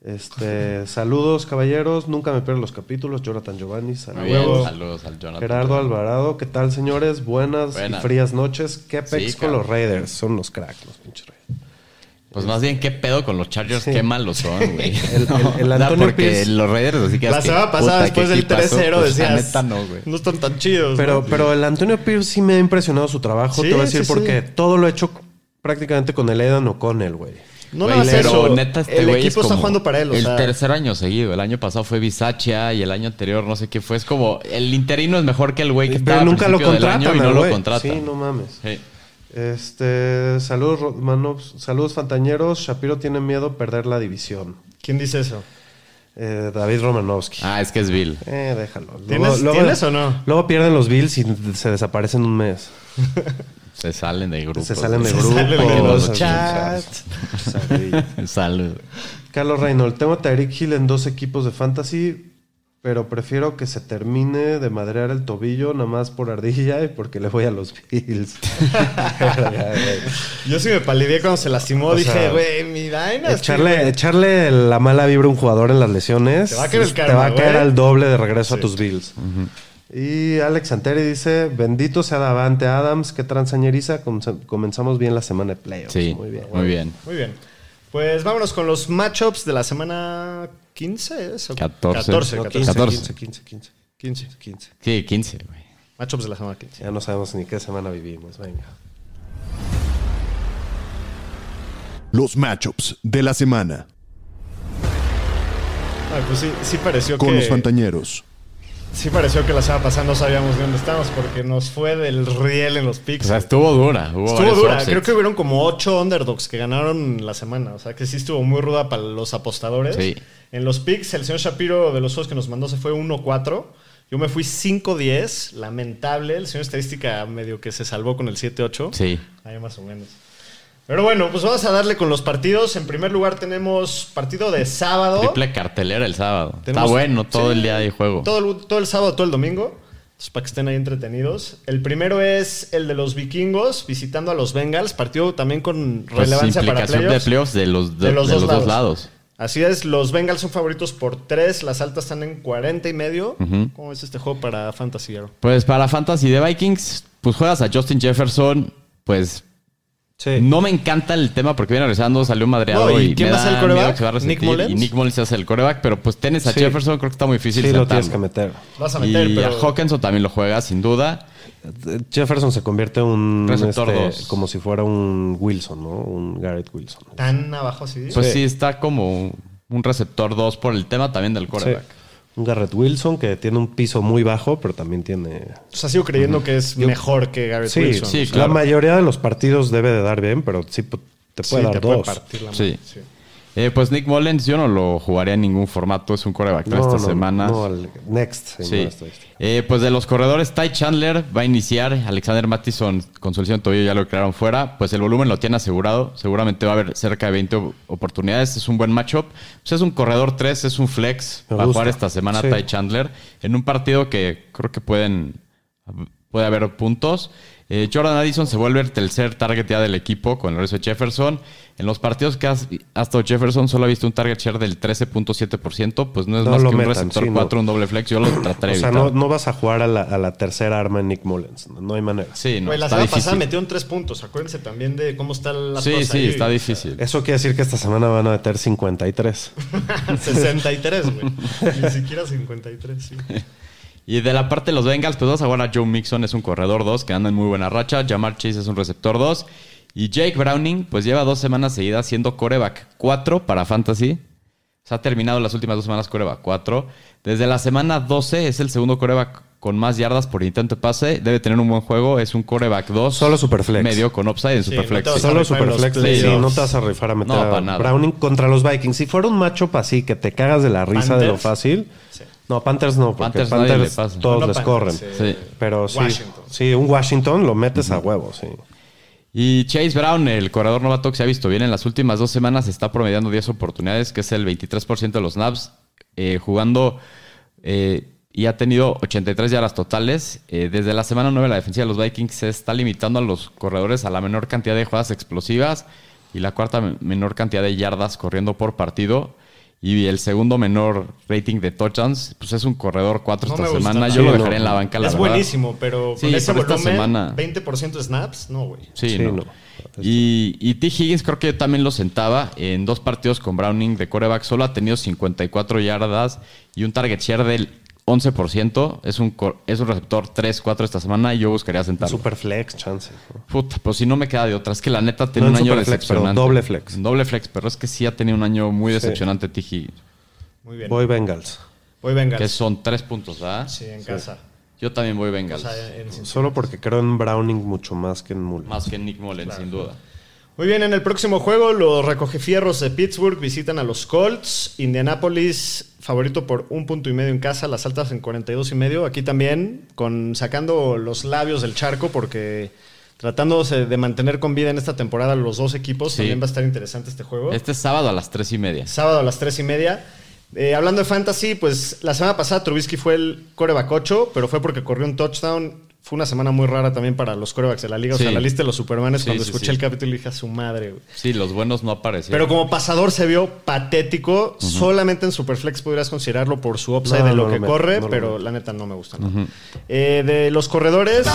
S3: Este, saludos, caballeros. Nunca me pierdo los capítulos. Jonathan Giovanni,
S4: Muy
S3: saludos.
S4: bien,
S2: huevo.
S4: saludos al Jonathan.
S3: Gerardo Alvarado, ¿qué tal, señores? Buenas,
S4: Buenas.
S3: y frías noches. ¿Qué pex con
S4: cabrón.
S3: los Raiders? Son los cracks, los pinches Raiders.
S4: Pues más bien, ¿qué pedo con los Chargers?
S3: Sí.
S4: Qué malos
S3: <laughs>
S4: son, güey.
S3: El- el- el
S4: <laughs> O sea,
S3: Antonio
S4: porque
S3: Pierce-
S4: los Raiders, así que
S2: La
S4: es que,
S2: semana pasada,
S4: puta,
S2: después
S4: ¿qué
S2: del
S4: equipazo?
S2: 3-0,
S4: Pues, la
S2: decías.
S4: neta no, güey.
S2: "No están tan chidos.
S3: Pero,
S2: Pues ¿no?".
S3: pero el Antonio Pierce sí me ha impresionado su trabajo.
S2: Sí,
S3: Te voy a
S2: sí,
S3: decir
S2: sí.
S3: porque todo lo he hecho prácticamente con el Edan O'Connell, güey.
S2: No
S4: Güey,
S2: nada más
S4: pero
S2: eso.
S4: neta, este
S2: el
S4: güey es
S2: equipo está
S4: como
S2: jugando para él. O
S4: el
S2: sea,
S4: tercer año seguido. El año pasado fue Bisaccia y el año anterior no sé qué fue. Es como el interino es mejor que el güey que
S3: Pero
S4: estaba
S3: nunca
S4: al
S3: lo
S4: principio del año
S3: contratan,
S4: y no
S3: al
S4: lo
S3: güey.
S4: contratan.
S3: Sí, no mames.
S4: Sí.
S3: Este, saludos, Ro- Manu- saludos Fantañeros. Shapiro tiene miedo perder la división.
S2: ¿Quién dice eso?
S3: Eh, David Romanovsky.
S4: Ah, es que es Bill.
S3: Eh, déjalo. Luego-
S2: ¿Tienes-
S3: luego-
S2: tienes o no?
S3: Luego pierden los Bills y se desaparecen un mes.
S4: Se salen de grupo.
S3: se
S4: <laughs>
S3: salen de
S4: Se
S3: grupo.
S2: salen de
S3: <laughs>
S4: grupos.
S3: Los chats.
S4: Salud.
S3: Carlos Reynolds, tengo a Tyreek Hill en dos equipos de fantasy, pero prefiero que se termine de madrear el tobillo nada más por ardilla y porque le voy a los
S2: <laughs>
S3: Bills. <laughs> Verga, güey.
S2: Yo sí me palideé cuando se lastimó.
S3: O
S2: dije,
S3: sea,
S2: güey, mi Dynasty.
S3: echarle, echarle la mala vibra a un jugador en las lesiones
S2: Te va a caer el
S3: te
S2: karma,
S3: va a caer
S2: güey.
S3: al doble de regreso
S2: Sí.
S3: a tus Bills. Y Alex Santeri dice, bendito sea Davante Adams, qué transañeriza, com- comenzamos bien la semana de playoffs.
S4: Sí,
S3: muy bien.
S4: Muy bien.
S2: Muy bien. Pues vámonos con los matchups de la semana 15, ¿es? O
S4: 14.
S2: 14,
S3: No,
S2: 14.
S3: 15,
S4: 14.
S3: 15, 15,
S2: 15.
S3: 15, 15.
S4: Sí, 15, güey.
S2: Matchups de la semana 15.
S3: Ya no sabemos ni qué semana vivimos, venga.
S1: Los matchups de la semana
S2: Ah, pues sí, sí pareció
S1: con
S2: que...
S1: los Fantañeros.
S2: Sí pareció que la semana pasada no sabíamos de dónde estábamos porque nos fue del riel en los
S4: O
S2: picks.
S4: sea, estuvo dura. Hubo
S2: estuvo
S4: varios
S2: dura.
S4: upsets.
S2: Creo que hubieron como ocho underdogs que ganaron la semana. O sea, que sí estuvo muy ruda para los apostadores.
S4: Sí.
S2: En los picks, el señor Shapiro de los juegos que nos mandó se fue 1-4. Yo me fui 5-10. Lamentable. El señor Estadística medio que se salvó con el 7-8.
S4: Sí.
S2: Ahí más o menos. Pero bueno, pues vamos a darle con los partidos. En primer lugar tenemos partido de sábado.
S4: Triple cartelera el sábado. Está
S2: Tenemos-
S4: bueno todo
S2: sí,
S4: el día de juego.
S2: Todo el, todo el sábado, todo el domingo. Entonces, para que estén ahí entretenidos. El primero es el de los vikingos visitando a los Bengals. Partido también con
S4: Pues,
S2: relevancia para
S4: implicación
S2: playoffs.
S4: de playoffs de los, de- de los dos, lados.
S2: Así es, los Bengals son favoritos por 3. Las altas están en 40 y medio.
S4: Ujú.
S2: ¿Cómo es este juego para Fantasy Hero?
S4: Pues para Fantasy de Vikings, pues juegas a Justin Jefferson, pues
S3: Sí.
S4: no me encanta el tema porque viene regresando, salió madreado
S2: No, ¿y
S4: y,
S2: quién
S4: me
S2: va a ser
S4: da
S2: el quarterback?
S4: miedo que va a resentir.
S2: ¿Nick Mullens?
S4: Y Nick Mullens se hace el coreback, pero pues tienes a
S3: Sí.
S4: Jefferson, creo que está muy difícil
S3: Sí, lo tienes que
S4: sentarlo.
S3: meter.
S2: Vas a meter,
S4: y
S2: pero...
S4: a Hawkinson también lo juega, sin duda.
S3: Jefferson se convierte en un
S4: Receptor
S3: este,
S4: dos.
S3: como si fuera un Wilson, ¿no? Un Garrett Wilson.
S2: Tan abajo, sí.
S4: Pues sí, está como un receptor 2 por el tema también del coreback.
S3: Un Garrett Wilson que tiene un piso muy bajo, pero también tiene.
S2: O sea, sigo creyendo que es mejor que Garrett
S3: Sí,
S2: Wilson.
S4: sí,
S3: sí,
S4: claro.
S3: La mayoría de los partidos debe de dar bien, pero sí po- te
S2: Sí,
S3: puede dar
S2: te puede
S3: dos.
S2: partir la
S4: Sí.
S2: madre, sí.
S4: Eh, pues Nick Mullens yo no lo jugaría en ningún formato, es un coreback
S3: No,
S4: esta
S3: no,
S4: semana.
S3: no, al- next.
S4: Sí.
S3: señor este. estadística.
S4: Eh, pues de los corredores, Ty Chandler va a iniciar. Alexander Mattison con su lesión de tobillo ya lo crearon fuera. Pues el volumen lo tiene asegurado. Seguramente va a haber cerca de 20 op- oportunidades. Es un buen matchup. Pues es un corredor 3, es un flex.
S3: Me
S4: va a
S3: gusta.
S4: jugar esta semana
S3: Sí.
S4: Ty Chandler en un partido que creo que pueden puede haber puntos. Eh, Jordan Addison se vuelve el tercer target ya del equipo con Lorenzo Jefferson. En los partidos que ha ha estado Jefferson solo ha visto un target share del 13.7%, pues no es
S3: No
S4: más que
S3: lo
S4: un
S3: metan,
S4: receptor
S3: sí, no.
S4: 4, un doble flex. Yo lo
S3: <clears throat>
S4: trataré
S3: O
S4: de
S3: sea,
S4: evitar.
S3: no, no vas a jugar a la, a la tercera arma en Nick Mullens. No, no hay manera.
S4: Sí, no,
S2: Güey, la
S4: está
S2: semana pasada
S4: difícil.
S2: metieron tres puntos. Acuérdense también de cómo están las
S4: Sí,
S2: cosas
S4: sí,
S2: ahí.
S4: está difícil.
S3: Eso quiere decir que esta semana van a meter 53.
S4: <laughs>
S2: 63, güey. Ni siquiera 53, sí.
S4: Y de la parte de los Bengals, pues vas a jugar a Joe Mixon, es un corredor 2 que anda en muy buena racha. Jamar Chase es un receptor 2. Y Jake Browning, pues lleva dos semanas seguidas siendo coreback 4 para Fantasy. Se ha terminado las últimas dos semanas coreback 4. Desde la semana 12 es el segundo coreback con más yardas por intento de pase. Debe tener un buen juego. Es un coreback 2.
S3: Solo superflex.
S4: Medio con upside en
S2: Sí, no
S4: superflex.
S2: te vas a
S4: sí.
S3: Solo
S2: rifar en los
S3: Superflex. Sí,
S2: playoffs.
S3: no te vas a rifar a meter
S4: No,
S3: a
S4: para nada.
S3: Browning contra los Vikings. Si fuera un matchup así que te cagas de la risa de lo
S2: ¿Panthers?
S3: fácil.
S2: Sí.
S3: No, Panthers no, porque
S4: Panthers
S3: Panthers,
S4: nadie le pasa.
S3: todos
S2: No,
S3: les
S2: Panthers,
S3: corren.
S4: Sí.
S3: Pero sí,
S2: Washington.
S3: sí, un Washington lo metes a huevo, sí.
S4: Y Chase Brown, el corredor novato que se ha visto bien en las últimas dos semanas, está promediando 10 oportunidades, que es el 23% de los snaps, eh, jugando eh, y ha tenido 83 yardas totales. Eh, desde la semana 9 la defensiva de los Vikings se está limitando a los corredores a la menor cantidad de jugadas explosivas y la cuarta men- menor cantidad de yardas corriendo por partido. Y el segundo menor rating de touchdowns, pues es un corredor 4
S2: No
S4: esta
S2: me gusta
S4: semana.
S2: nada.
S4: Yo
S3: Sí,
S4: lo
S3: no.
S4: dejaré en la banca, la
S2: es
S4: verdad.
S2: buenísimo, pero
S4: Sí,
S2: con ese
S4: pero esta
S2: volumen,
S4: semana-
S2: 20% de snaps, no, güey.
S4: Sí,
S3: Sí,
S4: no.
S3: no. Este.
S4: Y, y T. Higgins creo que yo también lo sentaba en dos partidos con Browning de coreback. Solo ha tenido 54 yardas y un target share del 11%. Es un, cor- es un receptor 3-4 esta semana y yo buscaría sentarlo.
S3: Super flex, chance. ¿no?
S4: Puta, pues si no me queda de otra. Es que la neta tiene
S3: No,
S4: un
S3: en
S4: año
S3: superflex, pero
S4: decepcionante.
S3: doble flex.
S4: Doble flex, pero es que sí ha tenido un año muy decepcionante, Tiji.
S2: Muy bien. Voy,
S3: Voy Bengals.
S2: Bengals.
S4: Que son tres puntos, ¿verdad?
S2: Sí, en casa.
S4: Yo también voy Bengals.
S2: O sea, en-
S3: Solo porque creo en Browning mucho más que en Muller.
S4: Más que Nick Mullen, sin duda.
S2: Muy bien, en el próximo juego los recogefierros de Pittsburgh visitan a los Colts. Indianapolis favorito por un punto y medio en casa, las altas en 42 y medio. Aquí también, con, sacando los labios del charco porque tratándose de mantener con vida en esta temporada los dos equipos,
S4: Sí.
S2: también va a estar interesante este juego.
S4: Este es sábado a las tres y media.
S2: Sábado a las 3 y media. Eh, hablando de fantasy, pues la semana pasada Trubisky fue el coreback 8, pero fue porque corrió un touchdown. Fue una semana muy rara también para los corebacks de la liga. O sea,
S4: Sí.
S2: la lista de los supermanes,
S4: Sí,
S2: cuando
S4: sí,
S2: escuché
S4: sí.
S2: el capítulo dije a su madre, güey.
S4: Sí, los buenos no aparecieron.
S2: Pero como pasador se vio patético. Solamente en Superflex podrías considerarlo por su upside
S3: No,
S2: de lo
S3: no
S2: que
S3: lo meto,
S2: corre,
S3: no lo
S2: pero
S3: meto.
S2: la neta no me gusta. nada. Eh, de los corredores.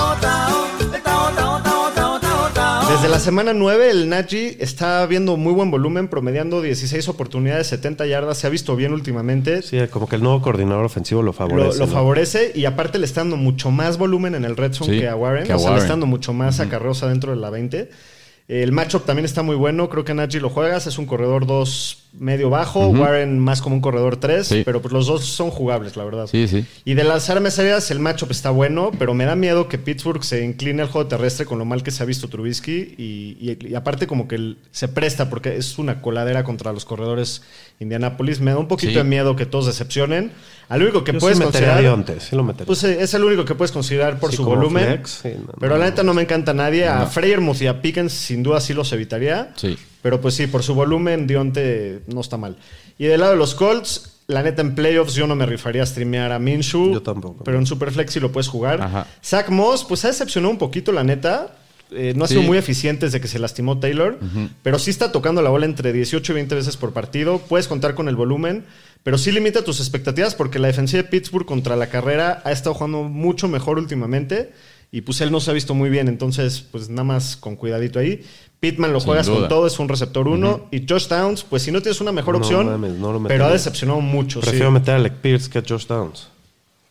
S2: Desde la semana 9, el Najee está viendo muy buen volumen, promediando 16 oportunidades, 70 yardas. Se ha visto bien últimamente.
S3: Sí, como que el nuevo coordinador ofensivo lo
S2: Lo,
S3: favorece.
S2: lo
S3: ¿no?
S2: favorece y aparte le está dando mucho más volumen en el red zone
S4: Sí,
S2: que a Warren.
S4: que a
S2: o sea, le
S4: Warren.
S2: está dando mucho más acarreos adentro de la 20. El matchup también está muy bueno. Creo que Najee lo juegas. Es un corredor 2 medio bajo. Warren más como un corredor 3.
S4: Sí.
S2: Pero pues los dos son jugables, la verdad.
S4: Sí, sí.
S2: Y de las armas aéreas, el matchup está bueno. Pero me da miedo que Pittsburgh se incline al juego terrestre con lo mal que se ha visto Trubisky. Y, y- y aparte, como que el- se presta porque es una coladera contra los corredores Indianapolis. Me da un poquito
S4: Sí.
S2: de miedo que todos decepcionen. Al único que
S3: Yo
S2: puedes
S3: sí metería a
S2: considerar.
S3: Dionte, sí lo metería.
S2: Pues eh, es el único que puedes considerar por
S3: Sí,
S2: su
S3: como
S2: volumen.
S3: flex, sí, no, no,
S2: pero la neta no me encanta a nadie. A Freyermuth y a Pickens sin duda sí los evitaría.
S4: Sí.
S2: Pero pues sí, por su volumen Dionte no está mal. Y del lado de los Colts, la neta en playoffs yo no me rifaría a streamear a Minshew.
S3: Yo tampoco.
S2: Pero en Superflex sí lo puedes jugar.
S4: Ajá.
S2: Zach Moss pues ha decepcionado un poquito la neta. Eh, no ha
S4: Sí.
S2: sido muy eficiente desde que se lastimó Taylor, pero sí está tocando la bola entre 18 y 20 veces por partido. Puedes contar con el volumen, pero sí limita tus expectativas porque la defensiva de Pittsburgh contra la carrera ha estado jugando mucho mejor últimamente y pues él no se ha visto muy bien. Entonces, pues nada más con cuidadito ahí. Pittman lo
S4: Sin
S2: juegas con
S4: duda.
S2: todo, es un receptor 1. Y Josh Downs, pues si no tienes una mejor
S3: No
S2: opción,
S3: mames, no
S2: pero
S3: lo metería.
S2: ha decepcionado mucho. pues sí.
S3: Prefiero meter a Alec Pierce que a Josh Downs.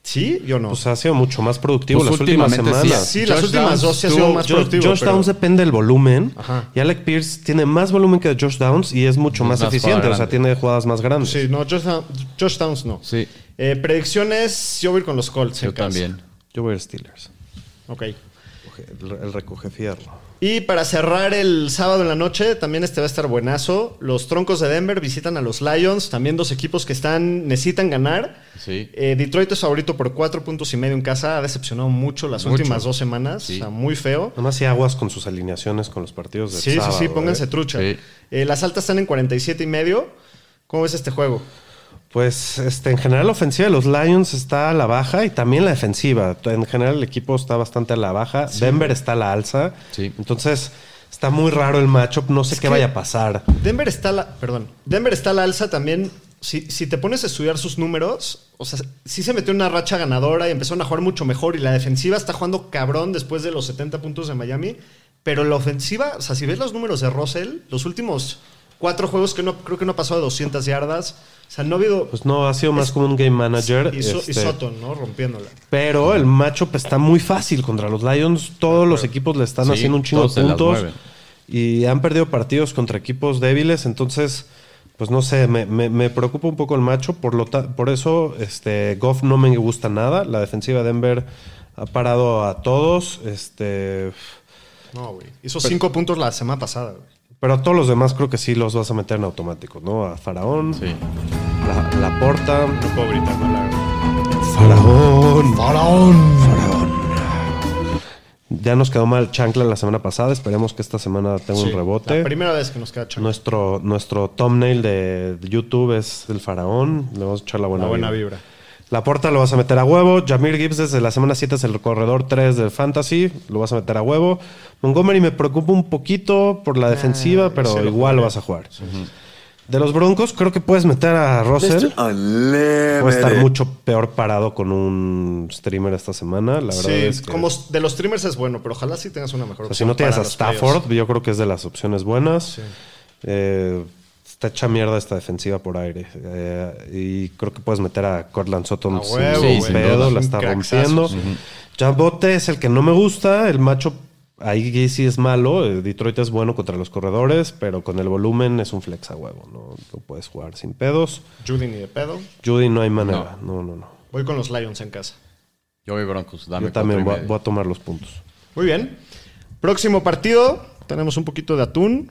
S2: ¿Sí? Yo no.
S3: Pues ha sido mucho más productivo
S4: Pues
S3: las últimas
S4: últimamente sí.
S3: semanas.
S2: sí, las
S4: Josh
S2: últimas
S4: Downs
S2: dos sí ha
S4: tuvo-
S2: sido más
S3: Jo-
S2: productivo.
S3: Josh
S2: pero-
S3: Downs depende del volumen
S2: Ajá.
S3: y Alec Pierce tiene más volumen que Josh Downs y es mucho
S4: Es
S3: más,
S4: más
S3: eficiente,
S4: jugada
S3: o sea,
S4: grande.
S3: tiene jugadas más grandes.
S2: Sí, no, Josh, Down- Josh Downs no.
S4: Sí.
S2: Eh, predicciones, yo voy a ir con los Colts.
S4: Yo
S2: en casa.
S4: también.
S3: Yo voy a Steelers.
S2: Ok.
S3: El, el recoge fierro.
S2: Y para cerrar el sábado en la noche, también este va a estar buenazo. Los Troncos de Denver visitan a los Lions, también dos equipos que están necesitan ganar.
S4: Sí.
S2: Eh, Detroit es favorito por cuatro puntos y medio en casa. Ha decepcionado mucho las
S4: Mucho.
S2: últimas dos semanas.
S4: Sí.
S2: O sea, muy feo.
S3: Nada más si aguas con sus alineaciones con los partidos de
S4: pues,
S2: Sí, sí, sí, pónganse trucha.
S4: ¿eh? Sí.
S2: Eh, las altas están en 47 y medio. ¿Cómo ves este juego?
S3: Pues este, en general la ofensiva de los Lions está a la baja y también la defensiva. En general el equipo está bastante a la baja. Denver está a la alza.
S4: Sí.
S3: Entonces está muy raro el matchup. No sé qué
S2: que-
S3: vaya a pasar.
S2: Denver está a la, perdón, Denver está a la alza también. Si, si te pones a estudiar sus números, o sea, sí se metió en una racha ganadora y empezaron a jugar mucho mejor y la defensiva está jugando cabrón después de los 70 puntos de Miami, pero la ofensiva, o sea, si ves los números de Russell, los últimos cuatro juegos que no creo que no ha pasado de 200 yardas, o sea, no ha habido
S3: Pues no, ha sido más como un game manager.
S2: y, So- y
S3: este,
S2: Sutton, ¿no? Rompiéndola.
S3: Pero el matchup está muy fácil contra los Lions. Todos los equipos le están
S4: Sí,
S3: haciendo un chingo
S4: todos se
S3: de
S4: las
S3: puntos.
S4: mueven.
S3: Y han perdido partidos contra equipos débiles. Entonces, pues no sé, me, me- me preocupa un poco el matchup. Por, lo ta- por eso, este, Goff no me gusta nada. La defensiva de Denver ha parado a todos. Este,
S2: No, güey. Hizo
S3: Pues
S2: cinco puntos la semana pasada, güey.
S3: pero a todos los demás creo que sí los vas a meter en automático, ¿no? A Faraón,
S4: Sí.
S3: la, la Porta.
S2: No puedo gritar, no, la verdad.
S3: Faraón. Faraón. Ya nos quedó mal chancla la semana pasada. Esperemos que esta semana tenga
S2: Sí,
S3: un rebote.
S2: La primera vez que nos queda chance.
S3: Nuestro, nuestro thumbnail de YouTube es el faraón. Le vamos a echar la buena,
S2: La buena vibra.
S3: La porta lo vas a meter a huevo. Jamir Gibbs desde la semana 7 es el corredor 3 del Fantasy. Lo vas a meter a huevo. Montgomery me preocupa un poquito por la defensiva, pero
S2: lo
S3: igual lo vas a jugar. De los Broncos, creo que puedes meter a Russell. Puede estar mucho peor parado con un streamer esta semana. La verdad
S2: Sí,
S3: es que.
S2: como s- de los streamers es bueno, pero ojalá sí tengas una mejor
S3: o sea, si no tienes
S2: para
S3: a
S2: los playoffs.
S3: Stafford, yo creo que es de las opciones buenas. Eh, Está hecha mierda esta defensiva por aire. Eh, y creo que puedes meter a Cortland Sutton
S2: A
S3: sin
S2: huevo,
S3: ningún
S4: güey.
S3: pedo,
S2: Es
S3: la
S2: un
S3: está
S2: cracksazo.
S3: rompiendo. Jabote es el que no me gusta. El macho ahí sí es malo. Eh, Detroit es bueno contra los corredores, pero con el volumen es un flex a huevo. No, no puedes jugar sin pedos.
S2: Judy ni de pedo.
S3: Judy no hay manera. No, no, no.
S2: Voy con los Lions en casa.
S4: Yo voy Broncos. Dame
S3: Yo también
S4: cuatro
S3: voy
S4: y
S3: a,
S4: medio.
S3: voy a tomar los puntos.
S2: Muy bien. Próximo partido. Tenemos un poquito de atún.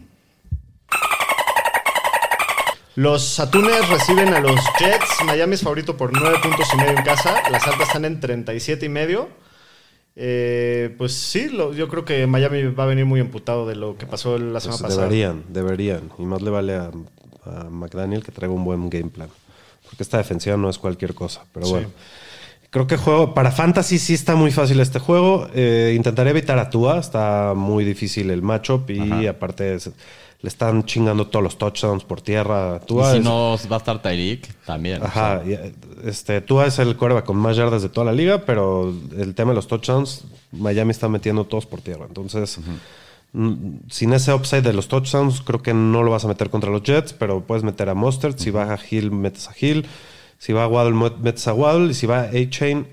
S2: Los atunes reciben a los Jets. Miami es favorito por 9 puntos y medio en casa. Las altas están en 37 y medio. Eh, pues sí, lo- yo creo que Miami va a venir muy emputado de lo que pasó la semana
S3: Pues
S2: pasada.
S3: deberían, deberían. Y más le vale a, a McDaniel que traiga un buen game plan. Porque esta defensiva no es cualquier cosa. Pero
S2: Sí.
S3: bueno. Creo que juego. Para Fantasy sí está muy fácil este juego. Eh, intentaré evitar a Tua. Está muy difícil el matchup. Y aparte es- le están chingando todos los touchdowns por tierra a
S4: Y
S3: Tua.
S4: si
S3: Es-
S4: no va a estar Tyreek, también.
S3: Ajá, y, eh, este, Tua es el coreback con más yardas de toda la liga, pero el tema de los touchdowns, Miami está metiendo todos por tierra. Entonces, mm, sin ese upside de los touchdowns, creo que no lo vas a meter contra los Jets, pero puedes meter a Mustard. Si va a Hill, metes a Hill. Si va a Waddle, met- metes a Waddle. Y si va a A-Chain,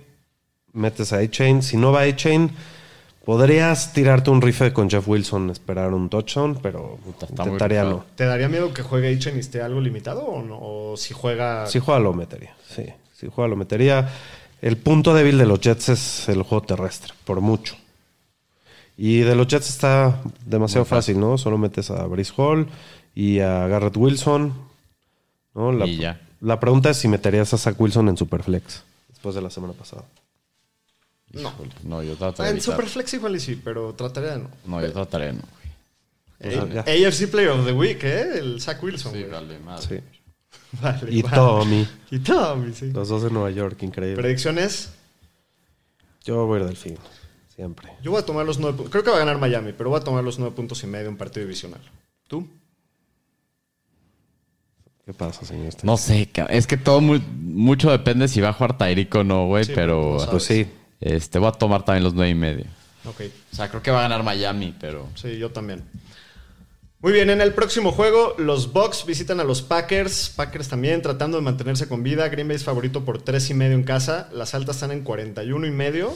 S3: metes a A-Chain. Si no va a A-Chain, podrías tirarte un rifle con Jeff Wilson, esperar un touchdown, pero
S4: está muy
S3: intentaría
S4: cruzado.
S3: no.
S2: ¿Te daría miedo que juegue H y esté algo limitado o, no? o si juega...
S3: Si juega, lo metería. Sí, si juega, lo metería. El punto débil de los Jets es el juego terrestre, por mucho. Y de los Jets está demasiado fácil, ¿no? Solo metes a Brice Hall y a Garrett Wilson. ¿no? La,
S4: Y ya.
S3: la pregunta es si meterías a Zach Wilson en Superflex después de la semana pasada.
S2: No.
S4: No, yo trataré de
S2: En
S4: evitar.
S2: Superflex igual y sí, pero trataría de no.
S4: No, yo trataré de no. güey.
S3: Pues,
S2: A- AFC Player of the Week, ¿eh? El Zach Wilson.
S4: Sí,
S2: güey.
S4: vale, madre.
S3: Sí.
S2: Vale,
S3: Y
S2: vale.
S3: Tommy.
S2: Y Tommy, sí.
S3: Los dos de Nueva York, increíble.
S2: Predicciones.
S3: Yo voy a ir del fin, siempre.
S2: Yo voy a tomar los nueve puntos. Creo que va a ganar Miami, pero voy a tomar los nueve puntos y medio en partido divisional. ¿Tú?
S3: ¿Qué pasa, señor? Este-
S4: No sé, ca- es que todo mu- mucho depende si va a jugar Tyreek o no, güey,
S2: Sí,
S4: pero
S2: no sabes.
S3: Pues sí.
S4: este, voy a tomar también los nueve y medio.
S2: Ok.
S4: O sea, creo que va a ganar Miami, pero...
S2: Sí, yo también. Muy bien, en el próximo juego, los Bucks visitan a los Packers. Packers también tratando de mantenerse con vida. Green Bay es favorito por tres y medio en casa. Las altas están en 41 y medio.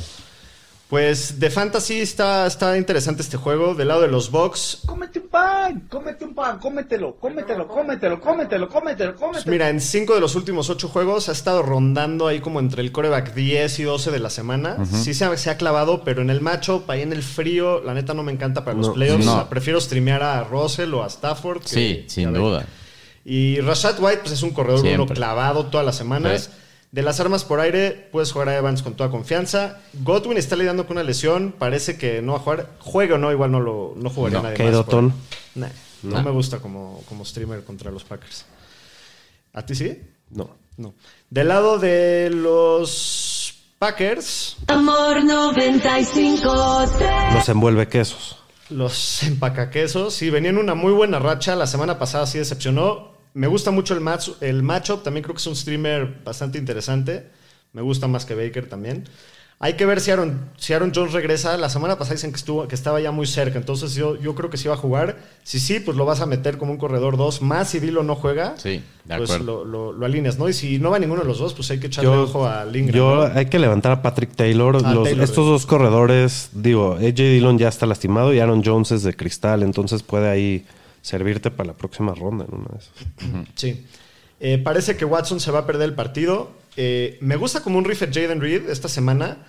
S2: Pues de fantasy está, está interesante este juego. Del lado de los Bucks,
S5: Cómete un pan, cómete un pan, cómetelo, cómetelo, cómetelo, cómetelo, cómetelo,
S2: Pues
S5: cómetelo.
S2: mira, en cinco de los últimos ocho juegos ha estado rondando ahí como entre el coreback 10 y 12 de la semana. Sí se ha, se ha clavado, pero en el matchup, ahí en el frío, la neta no me encanta para los
S3: No,
S2: playoffs.
S4: no.
S2: O sea, prefiero streamear a Russell o a Stafford. que-
S4: Sí,
S2: que a
S4: sin
S2: Baker.
S4: duda.
S2: Y Rashad White, pues es un corredor
S4: Siempre.
S2: uno clavado todas las semanas.
S4: Sí.
S2: De las armas por aire, puedes jugar a Evans con toda confianza. Godwin está lidiando con una lesión, parece que no va a jugar. Juega o no, igual no lo no jugaría
S4: No.
S2: nadie
S3: Kate
S2: más por-
S3: O'Ton.
S2: Nah, no, me gusta como, como streamer contra los Packers. ¿A ti sí?
S3: No.
S2: No. Del lado de los Packers,
S6: Amor 95
S3: Los envuelve quesos.
S2: los empacaquesos, sí, venían una muy buena racha. La semana pasada sí decepcionó. Me gusta mucho el, match, el matchup. También creo que es un streamer bastante interesante. Me gusta más que Baker también. Hay que ver si Aaron, si Aaron Jones regresa. La semana pasada dicen que, estuvo, que estaba ya muy cerca. Entonces yo, yo creo que sí va a jugar. Si sí, pues lo vas a meter como un corredor 2. Más si Dilo no juega.
S4: Sí, de
S2: pues lo,
S4: acuerdo.
S2: lo- lo alineas, ¿no? Y si no va ninguno de los dos, pues hay que echarle ojo a Lingram.
S3: yo-
S2: ¿no?
S3: hay que levantar a Patrick Taylor.
S2: Ah,
S3: Los-
S2: Taylor,
S3: estos
S2: güey.
S3: dos corredores, digo, AJ Dillon ya está lastimado y Aaron Jones es de cristal, entonces puede ahí servirte para la próxima ronda en una de esas.
S2: Sí. Eh, parece que Watson se va a perder el partido. Eh, me gusta como un riff a Jaden Reed esta semana.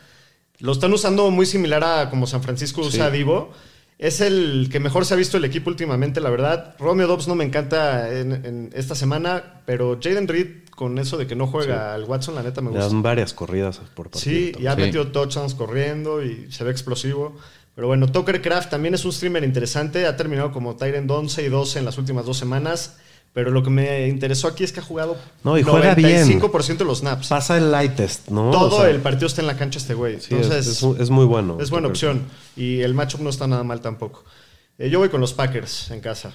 S2: Lo están usando muy similar a como San Francisco usa a Divo. Es el que mejor se ha visto el equipo últimamente, la verdad. Romeo Dobbs no me encanta en, en esta semana, pero Jaden Reed, con eso de que no juega al Watson, la neta me
S3: Le
S2: gusta.
S3: dan varias corridas por partido.
S2: Sí, y ha
S4: Sí.
S2: metido touchdowns corriendo y se ve explosivo. Pero bueno, Tucker Craft también es un streamer interesante. Ha terminado como Tyrant 11 y 12 en las últimas dos semanas. Pero lo que me interesó aquí es que ha jugado
S3: No, y juega bien.
S2: 95% de los snaps.
S3: Pasa el lightest, ¿no?
S2: Todo
S3: O sea,
S2: el partido está en la cancha este güey.
S3: sí, es-
S2: Entonces,
S3: es, es muy bueno.
S2: es buena
S3: Yo creo.
S2: opción. Y el matchup no está nada mal tampoco. Eh, yo voy con los Packers en casa.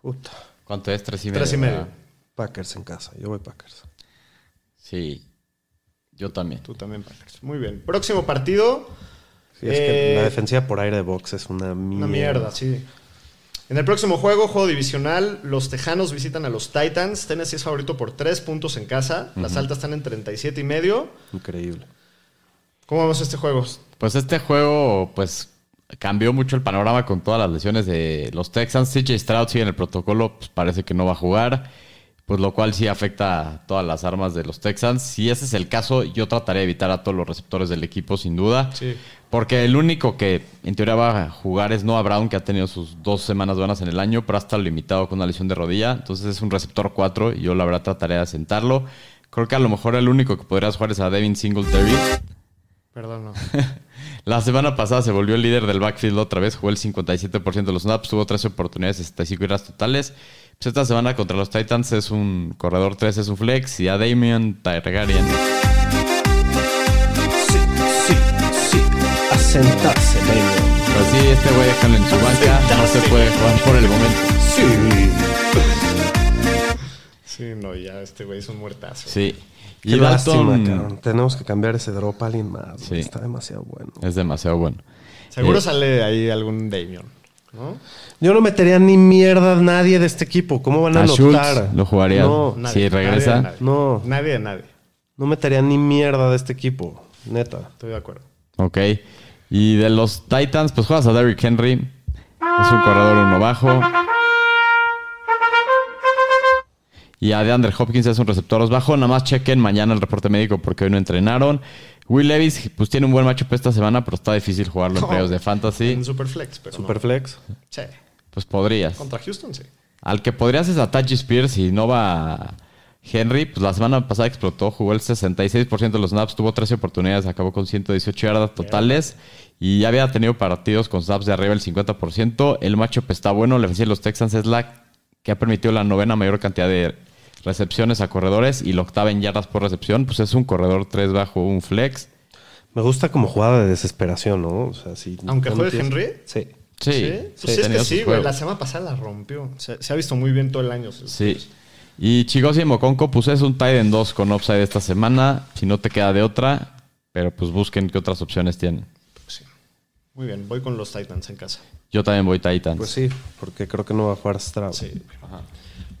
S3: Puta,
S4: ¿Cuánto es? Tres y medio. Ah,
S2: Tres y medio.
S4: ¿verdad?
S3: Packers en casa, yo voy Packers.
S4: Sí. Yo también.
S2: Tú también, Packers. Muy bien. Próximo partido.
S3: Sí, es que
S2: Eh,
S3: la defensiva por aire de box es una mierda.
S2: Una mierda, sí. En el próximo juego, juego divisional, los Tejanos visitan a los Titans. Tennessee es favorito por tres puntos en casa. Las altas están en 37 y medio.
S3: Increíble.
S2: ¿Cómo vamos a este juego?
S4: Pues este juego, pues cambió mucho el panorama con todas las lesiones de los Texans. CJ Stroud sigue en el protocolo, pues parece que no va a jugar, pues lo cual sí afecta a todas las armas de los Texans. Si ese es el caso, yo trataré de evitar a todos los receptores del equipo, sin duda.
S2: Sí.
S4: Porque el único que en teoría va a jugar es Noah Brown, que ha tenido sus dos semanas buenas en el año, pero ha estado limitado con una lesión de rodilla. Entonces es un receptor 4 y yo la verdad trataré de sentarlo. Creo que a lo mejor el único que podrías jugar es a Devin Singletary.
S2: Perdón, no.
S4: La semana pasada se volvió el líder del backfield otra vez, jugó el 57% de los snaps, tuvo 13 oportunidades, 65 yardas totales. Pues esta semana contra los Titans es un corredor 3, es un flex, y a Damien Targaryen.
S3: Sí, sí, sí. A sentarse, baby.
S4: Pero sí, este güey déjalo en su banca, no se puede jugar por el momento.
S3: Sí.
S2: Sí, no, ya este güey es un muertazo.
S4: Sí.
S3: Qué
S4: Y Dalton
S3: lástima, cabrón. Tenemos que cambiar ese drop a alguien más. güey.
S4: Sí.
S3: Está demasiado bueno.
S4: es demasiado bueno.
S2: Seguro
S4: Eh,
S2: sale ahí algún Damion, ¿no?
S3: Yo no metería ni mierda a nadie de este equipo. ¿Cómo van a,
S4: A Schultz
S3: anotar?
S4: lo jugaría.
S3: No,
S4: Sí, regresa.
S2: nadie de nadie.
S3: No.
S2: Nadie de nadie.
S3: no metería ni mierda de este equipo. Neta.
S2: Estoy de acuerdo.
S4: Ok. Y de los Titans, pues juegas a Derrick Henry. Es un corredor uno bajo. Y a DeAndre Hopkins es un receptor dos bajo. Nada más chequen mañana el reporte médico porque hoy no entrenaron. Will Levis, pues tiene un buen matchup esta semana, pero está difícil jugarlo en playoffs de fantasy.
S2: En Superflex, pero no.
S3: Superflex.
S2: Sí.
S4: Pues podrías.
S2: Contra Houston, sí.
S4: Al que podrías es a Tachi Spears y no va Henry. Pues la semana pasada explotó, jugó el 66% de los snaps, tuvo 13 oportunidades, acabó con 118 yardas totales y ya había tenido partidos con snaps de arriba del 50%. El matchup está bueno, la defensa de los Texans es la que ha permitido la novena mayor cantidad de recepciones a corredores y la octava en yardas por recepción. Pues es un corredor 3 bajo un flex.
S3: Me gusta como jugada de desesperación, ¿no? O sea, sí.
S2: Aunque
S3: no
S2: juegue
S3: tienes-
S2: Henry.
S3: Sí.
S4: Sí,
S2: Pues sí,
S4: ha
S2: es que
S4: tenido
S2: sí,
S4: sus
S2: güey.
S4: juegos.
S2: La semana pasada la rompió. Se, se ha visto muy bien todo el año.
S4: Sí. Y Chigosi y Moconco, pues es un tight en 2 con upside esta semana. Si no te queda de otra, pero pues busquen qué otras opciones tienen.
S2: Sí. Muy bien, voy con los Titans en casa.
S4: Yo también voy Titans.
S3: Pues sí, porque creo que no va a jugar Stroud.
S2: Sí.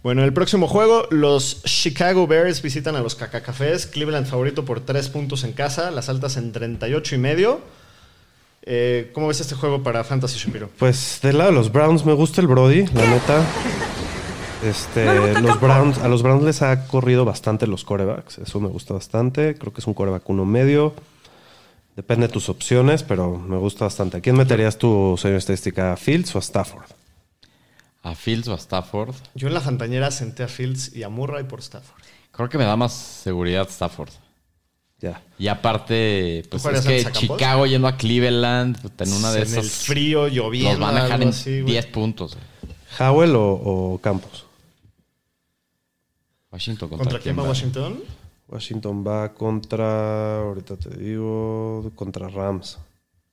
S2: Bueno, en el próximo juego, los Chicago Bears visitan a los Cacacafés. Cleveland favorito por 3 puntos en casa, las altas en 38 y medio. Eh, ¿Cómo ves este juego para Fantasy Shapiro?
S3: Pues del lado de los Browns me gusta el Brody, la neta. Este, los Browns, a los Browns les ha corrido bastante los corebacks. Eso me gusta bastante. Creo que es un coreback uno medio. Depende de tus opciones, pero me gusta bastante. ¿A quién meterías tú, señor estadística? ¿A Fields o a Stafford?
S4: A Fields o a Stafford.
S2: Yo en la Fantañera senté a Fields y a Murray por Stafford.
S4: Creo que me da más seguridad Stafford.
S3: Ya.
S4: Y aparte, pues
S2: jugarías
S4: es que
S2: en Zacampos?
S4: Chicago yendo a Cleveland, puta, en una de
S2: en el
S4: esas.
S2: frío, lloviendo.
S4: Los van a dejar
S2: algo
S4: en
S2: así, güey.
S4: 10 puntos. güey.
S3: ¿Howell o, o Campos?
S4: Washington contra,
S2: ¿Contra quién va Washington?
S3: Washington va contra, ahorita te digo, contra Rams.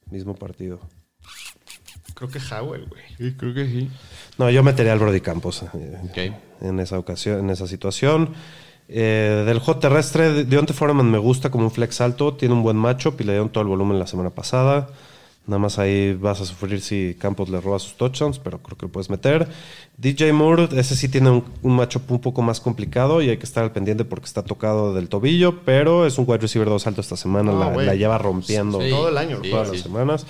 S3: Mismo partido.
S2: Creo que Howell, güey.
S4: Sí, creo que sí.
S3: No, yo metería al Brody Campos. eh,
S4: Ok.
S3: En esa ocasión, en esa situación. Eh, del juego terrestre, Deontay Foreman me gusta como un flex alto, tiene un buen matchup y le dieron todo el volumen la semana pasada. Nada más ahí vas a sufrir si Campos le roba sus touchdowns, pero creo que lo puedes meter. DJ Moore, ese sí tiene un, un matchup un poco más complicado y hay que estar al pendiente porque está tocado del tobillo, pero es un wide receiver 2 alto esta semana,
S2: No,
S3: la,
S2: güey.
S3: la lleva rompiendo
S4: Ah, Sí,
S2: Todo el año,
S4: sí,
S2: todas
S3: todas
S4: sí.
S3: las semanas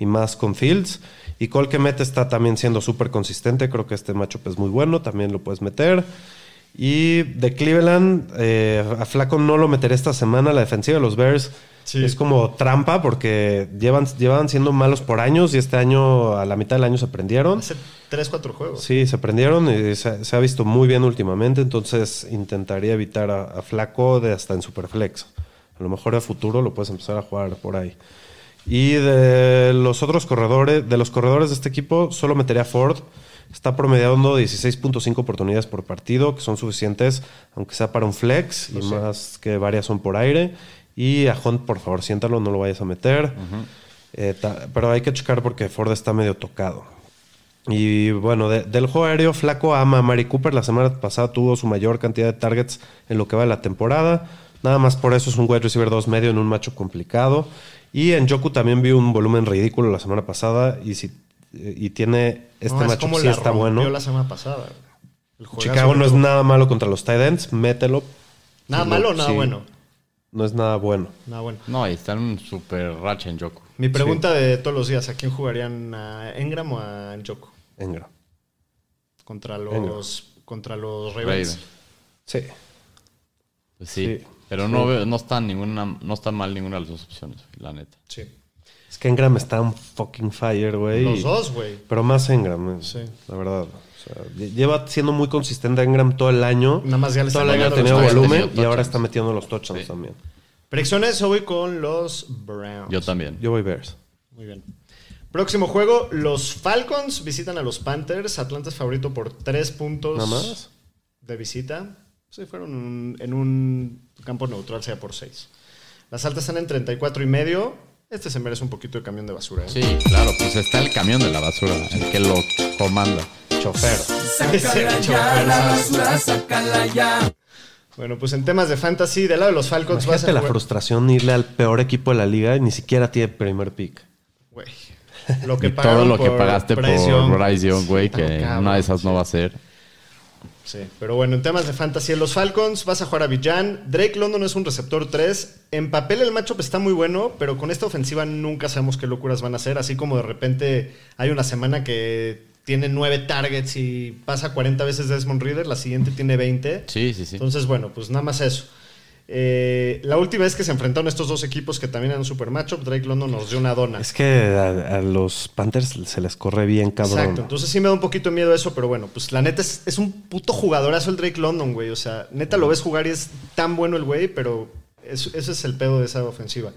S3: y más con Fields. Y Cole que mete está también siendo súper consistente. Creo que este matchup es muy bueno, también lo puedes meter. Y de Cleveland, eh, a Flaco no lo meteré esta semana. La defensiva de los Bears
S2: Sí.
S3: es como trampa porque llevan, llevan siendo malos por años y este año, a la mitad del año, se prendieron.
S2: Hace 3, 4 juegos.
S3: Sí, se prendieron y se, se ha visto muy bien últimamente, entonces intentaría evitar a, a Flaco de hasta en Superflex. A lo mejor a futuro lo puedes empezar a jugar por ahí. Y de los otros corredores, de los corredores de este equipo, solo metería a Ford. Está promediando 16.5 oportunidades por partido, que son suficientes, aunque sea para un flex, y más que varias son por aire. Y a Hunt, por favor, siéntalo, no lo vayas a meter. Eh, ta- pero hay que checar porque Ford está medio tocado. Y bueno, de- del juego aéreo, Flaco ama a Mari Cooper. La semana pasada tuvo su mayor cantidad de targets en lo que va de la temporada. Nada más por eso es un wide receiver 2 medio en un macho complicado. Y en Joku también vi un volumen ridículo la semana pasada. Y si eh, y tiene este
S2: No, es
S3: matchup
S2: como
S3: sí
S2: la
S3: está
S2: rompió
S3: bueno.
S2: la semana pasada. güey. El juegazo
S3: Chicago no
S2: que
S3: es
S2: tuvo.
S3: nada malo contra los tight ends, mételo.
S2: Nada
S3: Sí,
S2: malo,
S3: no,
S2: nada
S3: sí.
S2: bueno.
S3: No es nada bueno.
S2: Nada bueno.
S4: No, y está en un super racha en Joku.
S2: Mi pregunta de todos los días, ¿a quién jugarían? ¿A Engram o a Njoku?
S3: Engram.
S2: Contra los, contra los Ravens.
S4: Raven.
S3: Sí.
S4: Pues sí.
S3: Sí.
S4: Pero no veo- no está ninguna, no está mal ninguna de las dos opciones, la neta.
S2: Sí.
S3: Es que Engram está un fucking fire, güey.
S2: Los
S3: y-
S2: dos, güey.
S3: Pero más Engram, eh,
S2: Sí.
S3: la verdad. O sea, lle- lleva siendo muy consistente Engram todo el año.
S2: Nada más ya le
S3: todo el
S2: están
S3: año ha
S2: dando los
S3: tenido
S2: touchdowns.
S3: volumen
S4: Tenido
S3: y ahora
S4: touchdowns.
S3: está metiendo los touchdowns
S4: Sí.
S3: también.
S2: Predicciones, yo voy con los Browns.
S4: Yo también.
S3: Yo voy Bears.
S2: Muy bien. Próximo juego, los Falcons visitan a los Panthers. Atlanta es favorito por tres puntos
S3: Nada más.
S2: de visita. Se fueron un- en un campo neutral, sea por seis. Las altas están en 34 y medio. Este se merece un poquito de camión de basura. ¿eh?
S4: Sí, claro, pues está el camión de la basura, el que lo comanda.
S3: Chofer.
S2: Sácala ya, la basura, Bueno, pues en temas de fantasy, del lado de los Falcons vas a
S3: Imagínate la
S2: jugar-
S3: frustración de irle al peor equipo de la liga y ni siquiera tiene primer pick.
S2: Güey, Lo que
S4: <laughs> Y todo
S2: pagaron
S4: lo que
S2: por
S4: pagaste
S2: Bryce
S4: por
S2: Young.
S4: Bryce Young, güey,
S2: Está
S4: que
S2: cabrón.
S4: una de esas no va a ser.
S2: Sí, pero bueno, en temas de fantasy en los Falcons, vas a jugar a Villan. Drake London es un receptor 3. En papel el matchup está muy bueno, pero con esta ofensiva nunca sabemos qué locuras van a hacer. Así como de repente hay una semana que tiene 9 targets y pasa 40 veces Desmond Reader, la siguiente tiene 20.
S4: Sí, sí, sí.
S2: Entonces, bueno, pues nada más eso. Eh, la última vez que se enfrentaron estos dos equipos que también eran super matchup, Drake London nos dio una dona.
S3: Es que a, a los Panthers se les corre bien, cabrón.
S2: Exacto, entonces sí me da un poquito de miedo eso, pero bueno, pues la neta es, es un puto jugadorazo el Drake London, güey. O sea, neta lo ves jugar y es tan bueno el güey, pero es- ese es el pedo de esa ofensiva.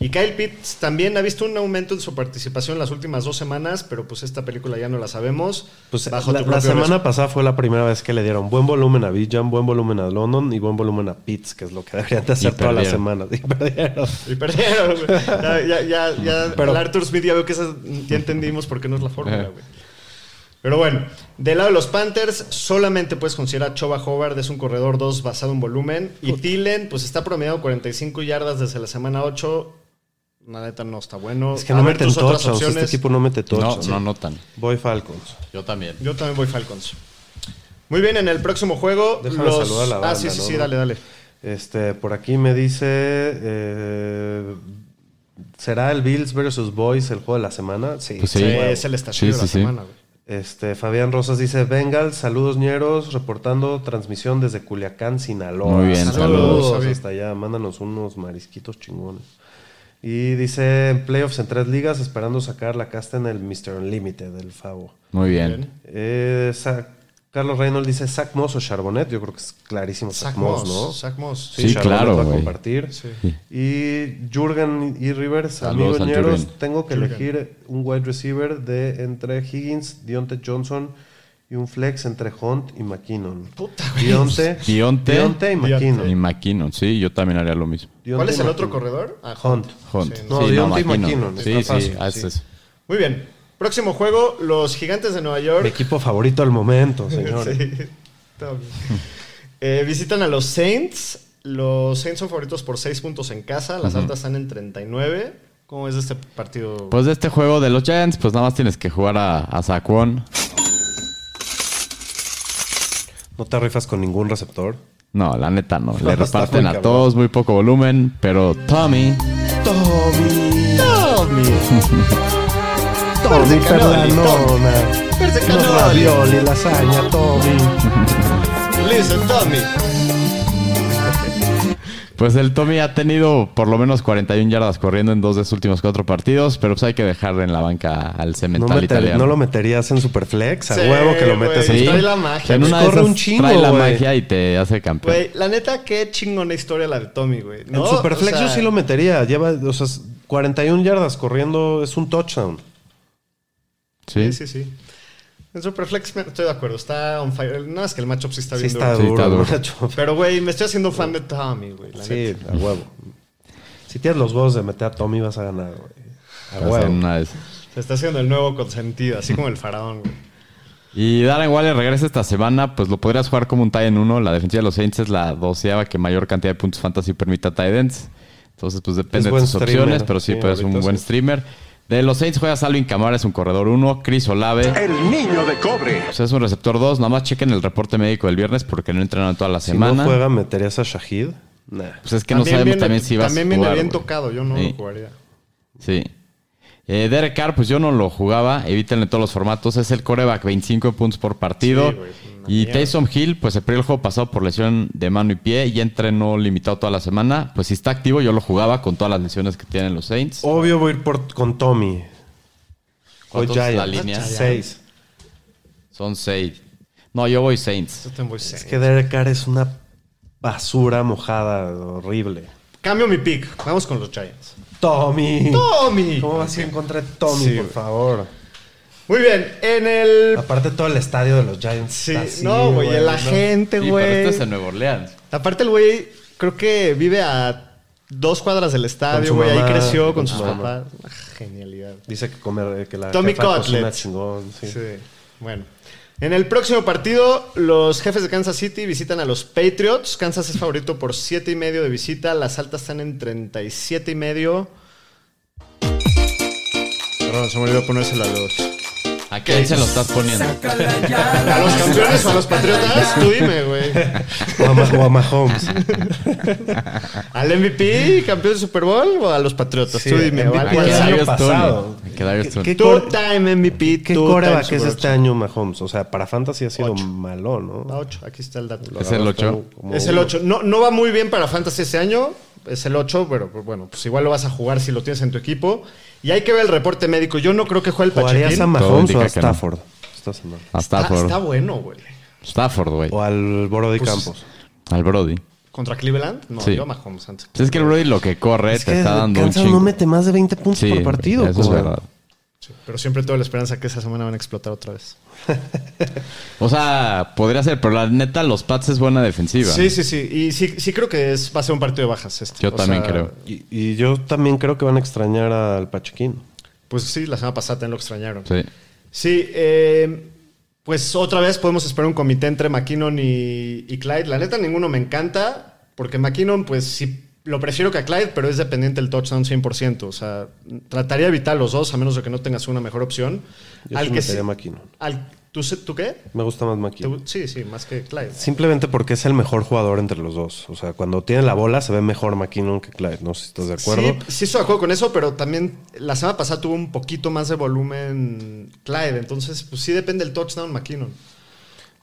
S2: Y Kyle Pitts también ha visto un aumento en su participación las últimas dos semanas, pero pues esta película ya no la sabemos.
S3: Pues
S2: Bajo
S3: la,
S2: tu
S3: la
S2: propio
S3: semana
S2: riesgo.
S3: pasada fue la primera vez que le dieron buen volumen a Bijan, buen volumen a London y buen volumen a Pitts, que es lo que deberían de hacer todas las
S4: perdieron.
S3: semanas. Y perdieron.
S2: Y perdieron, güey. Ya, ya, ya, ya
S3: <laughs> Pero-
S2: el Arthur Smith ya veo que esa- ya entendimos por qué no es la fórmula, güey. Pero bueno, del lado de los Panthers, solamente puedes considerar a Choba Hobart, es un corredor 2 basado en volumen. Y Thielen, pues está promediado 45 yardas desde la semana 8. La neta no está bueno.
S3: Es que
S2: A
S3: no
S2: ver
S3: meten
S2: tus otras
S3: touchdowns. Este
S2: opciones.
S3: equipo no mete
S4: No,
S3: touchdowns.
S4: no notan.
S3: Voy Falcons.
S4: Yo también.
S2: Yo también voy Falcons. Muy bien, en el próximo juego.
S3: Déjame
S2: los...
S3: saludar a la
S2: Ah,
S3: banda,
S2: sí, sí,
S3: ¿no?
S2: sí, dale, dale.
S3: Este, por aquí me dice. eh, ¿Será el Bills versus Boys el juego de la semana? Sí.
S4: Pues sí.
S2: Sí, es el estación
S4: Sí,
S2: de la
S4: sí, sí.
S2: semana, güey.
S3: Este, Fabián Rosas dice: Bengals, saludos ñeros, reportando transmisión desde Culiacán, Sinaloa.
S4: Muy bien,
S2: saludos, Fabi.
S3: hasta allá, mándanos unos marisquitos chingones. Y dice: en playoffs en tres ligas, esperando sacar la casta en el Mr. Unlimited, el Favo.
S4: Muy bien.
S2: Bien.
S3: Eh, Sa- Carlos Reynolds dice: Sac Moss o Charbonnet. Yo creo que es clarísimo Sac
S2: Zach
S3: Moss,
S2: Moss,
S3: ¿no?
S2: Zach Moss.
S4: Sí,
S3: Charbonnet
S4: claro,
S3: va a
S4: güey.
S3: compartir. Y Jurgen y Rivers, amigos
S4: Saludos al
S3: ñeros,
S4: Jurgen.
S3: tengo que
S2: Jurgen.
S3: elegir un wide receiver de entre Higgins, Dionte Johnson y un flex entre Hunt y McKinnon.
S2: Puta, güey.
S3: Dionte,
S4: Dionte.
S3: y
S2: Dionte.
S4: Y
S3: McKinnon.
S4: McKinnon, sí, yo también haría lo mismo.
S3: Dionte
S2: ¿Cuál
S3: y
S2: es el otro
S3: McKinnon.
S2: corredor? Ah,
S3: Hunt.
S4: Hunt.
S2: Sí,
S3: no, Dionte y McKinnon,
S4: Sí,
S3: está
S4: sí,
S3: fácil,
S4: haz
S3: sí.
S4: eso.
S2: Muy bien. Próximo juego, los Gigantes de Nueva York.
S3: Mi equipo favorito al momento,
S2: <laughs>
S3: señores.
S2: Sí, está bien. Eh, visitan a los Saints. Los Saints son favoritos por 6 puntos en casa. Las altas están en 39. ¿Cómo es este partido?
S4: Pues de este juego de los Giants, pues nada más tienes que jugar a, a Saquon.
S3: No te rifas con ningún receptor.
S4: No, la
S3: <laughs>
S4: neta no.
S3: Está
S4: Le reparten
S3: muy
S4: a
S3: cabrón.
S4: todos, muy poco volumen, pero Tommy.
S3: Tommy.
S2: <laughs>
S3: Tommy.
S2: Parece
S3: Tommy
S2: Canoli,
S3: Perdonona.
S2: Parece
S3: Los
S2: Canoli.
S3: ravioli, lasaña, Tommy.
S2: Listen, Tommy.
S4: Pues el Tommy ha tenido por lo menos 41 yardas corriendo en dos de sus últimos cuatro partidos, pero pues hay que dejar en la banca al
S3: No,
S4: cemental
S3: meter-
S4: italiano.
S3: no lo meterías en Superflex, a
S2: Sí,
S3: huevo que lo metes
S2: güey.
S3: en
S4: Sí.
S2: Trae la magia,
S4: En
S3: güey.
S4: una de
S3: Corre
S4: esas
S3: un chingo,
S4: trae la
S3: güey.
S4: magia y te hace campeón.
S2: Güey, la neta, qué chingona historia la de Tommy, güey.
S3: En Superflex
S2: O sea,
S3: yo sí lo metería. Lleva, o sea, 41 yardas corriendo es un touchdown.
S4: sí,
S2: Sí, sí, sí. En Superflex me- estoy de acuerdo. Está on fire. Nada más que el matchup sí está
S3: Sí
S2: bien
S3: está
S2: duro.
S4: Sí,
S3: duro,
S4: está duro.
S3: macho.
S2: Pero, güey, me estoy haciendo fan de Tommy, güey. la
S3: Sí,
S2: neta.
S3: a huevo. Si tienes los huevos de meter a Tommy vas a ganar, güey. A
S4: Pues en
S3: huevo.
S4: una de esas.
S2: Se está haciendo el nuevo consentido, así como el faraón, güey.
S4: Y Darren Waller regresa esta semana, pues lo podrías jugar como un tie en uno. La defensiva de los Saints es la doceava que mayor cantidad de puntos fantasy permita a tight ends. Entonces, pues depende
S3: Es
S4: de
S3: buen
S4: tus opciones,
S3: streamer,
S4: pero sí,
S3: sí,
S4: pues es un
S3: ahorita
S4: buen
S3: sí.
S4: streamer. De los Saints juega Salvin Camara, es un corredor 1. Chris Olave.
S7: El niño de cobre.
S4: pues, es un receptor 2. Nada más chequen el reporte médico del viernes porque no entrenan toda la
S3: Si no
S4: semana.
S3: juega, ¿meterías a Shahid? Nah.
S4: Pues es que no
S2: También
S4: sabemos
S2: viene-
S4: también si vas
S2: También
S4: a
S2: viene
S4: jugar.
S2: bien
S4: güey.
S2: tocado, yo no
S4: Sí.
S2: lo jugaría.
S4: Sí. Eh, Derek Carr, pues yo no lo jugaba. Evítenle todos los formatos. Es el coreback, 25 puntos por partido.
S2: Sí, güey, es una
S4: y
S2: mierda.
S4: Taysom Hill, pues se perdió el juego pasado por lesión de mano y pie. Ya entrenó limitado toda la semana. Pues si está activo, yo lo jugaba con todas las lesiones que tienen los
S2: Oh,
S4: Saints.
S3: Obvio voy a ir por, con Tommy. O
S2: oh,
S4: ¿Cuántos la
S3: Giants.
S4: línea?
S3: Seis.
S4: Son 6. No, yo voy Saints.
S3: Este
S2: Yo te voy seis.
S3: Es que Derek Carr es una basura mojada, horrible.
S2: Cambio mi pick. Vamos con los Giants.
S3: Tommy.
S2: ¡Tommy!
S3: ¿Cómo vas a ir en contra de Tommy,
S2: Sí,
S3: por
S2: güey.
S3: favor?
S2: Muy bien, en el...
S3: Aparte todo el estadio de los Giants.
S2: Sí,
S3: Ah, está así,
S2: no, güey, en la
S3: no.
S2: gente,
S4: Sí, pero
S2: güey.
S4: este es en Nueva Orleans.
S2: Aparte el güey creo que vive a dos cuadras del estadio,
S3: su
S2: güey. Ahí
S3: mamá,
S2: creció con,
S3: con
S2: sus
S3: su
S2: papás.
S3: mamá.
S2: Ah, Genialidad.
S3: Dice que comer que la
S2: Tommy
S3: jefa
S2: Cutlets.
S3: cocina chingón,
S2: Sí,
S3: sí.
S2: Este, Bueno. En el próximo partido, los jefes de Kansas City visitan a los Patriots. Kansas es favorito por siete y medio de visita. Las altas están en 37 y medio. Perdón, se me olvidó ponérsela a los...
S4: ¿A quién se lo estás poniendo?
S2: ¿A los campeones o a los patriotas? Tú dime, güey.
S3: O a, Ma- o a Mahomes.
S2: ¿Al MVP, campeón de Super Bowl o a los patriotas?
S3: Sí,
S2: Tú dime.
S3: MVP
S2: ¿o a
S3: del
S2: cuál
S3: año
S2: salió?
S4: Darius Tony.
S3: pasado.
S4: Hay que Darius Tony.
S3: ¿Qué,
S2: Two
S3: core-
S2: time MVP.
S3: qué
S2: two time
S3: coreback es
S2: Super
S3: este
S2: Bowl.
S3: año Mahomes? O sea, para Fantasy ha sido
S2: Ocho.
S3: malo, ¿no?
S2: La ocho, aquí está el dato.
S4: Es el ocho.
S3: Como
S2: Es el
S3: uno.
S2: 8. No, no va muy bien para Fantasy ese año. Es el 8, pero pues, bueno, pues igual lo vas a jugar si lo tienes en tu equipo. Y hay que ver el reporte médico. Yo no creo que juegue el
S3: ¿Jugarías
S2: Pachequín.
S3: a
S4: Todo
S3: Mahomes
S4: indica
S3: o a
S4: que no.
S3: Stafford? Estás en-
S4: A
S2: Está,
S4: Stafford.
S2: está bueno, güey.
S4: Stafford, güey.
S3: O al Borodi
S2: Pues,
S3: Campos.
S4: Al Brody.
S2: ¿Contra Cleveland? No,
S4: Sí.
S2: yo a Mahomes antes.
S4: Pues es que el Brody lo que corre
S3: Es
S4: te
S3: que
S4: está dando un
S3: Kansas
S4: chingo.
S3: no mete más de 20 puntos por partido.
S4: Eso es
S3: cabrón.
S4: verdad.
S2: Sí, pero siempre tengo la esperanza que esa semana van a explotar otra vez.
S4: O sea, podría ser, pero la neta, los Pats es buena defensiva.
S2: Sí, sí, sí. Y sí, sí creo que es, va a ser un partido de bajas este.
S4: Yo
S2: O
S4: también
S2: sea,
S4: creo.
S3: Y, y yo también creo que van a extrañar al Pachequín.
S2: Pues sí, la semana pasada también lo extrañaron.
S4: Sí.
S2: Sí, eh, pues otra vez podemos esperar un comité entre McKinnon y, y Clyde. La neta, ninguno me encanta, porque McKinnon, pues sí, lo prefiero que a Clyde, pero es dependiente del touchdown 100%. O sea, trataría de evitar los dos, a menos de que no tengas una mejor opción.
S3: Yo sí
S2: que
S3: metería
S2: sí-
S3: a McKinnon.
S2: al- ¿tú, se- tú qué?
S3: Me gusta más
S2: ¿Te
S3: McKinnon.
S2: gu- sí, sí, más que Clyde.
S3: Simplemente porque es el mejor jugador entre los dos. O sea, cuando tiene la bola se ve mejor McKinnon que Clyde. No sé si estás de acuerdo.
S2: Sí, sí estoy de acuerdo con eso, pero también la semana pasada tuvo un poquito más de volumen Clyde. Entonces, pues sí depende del touchdown McKinnon.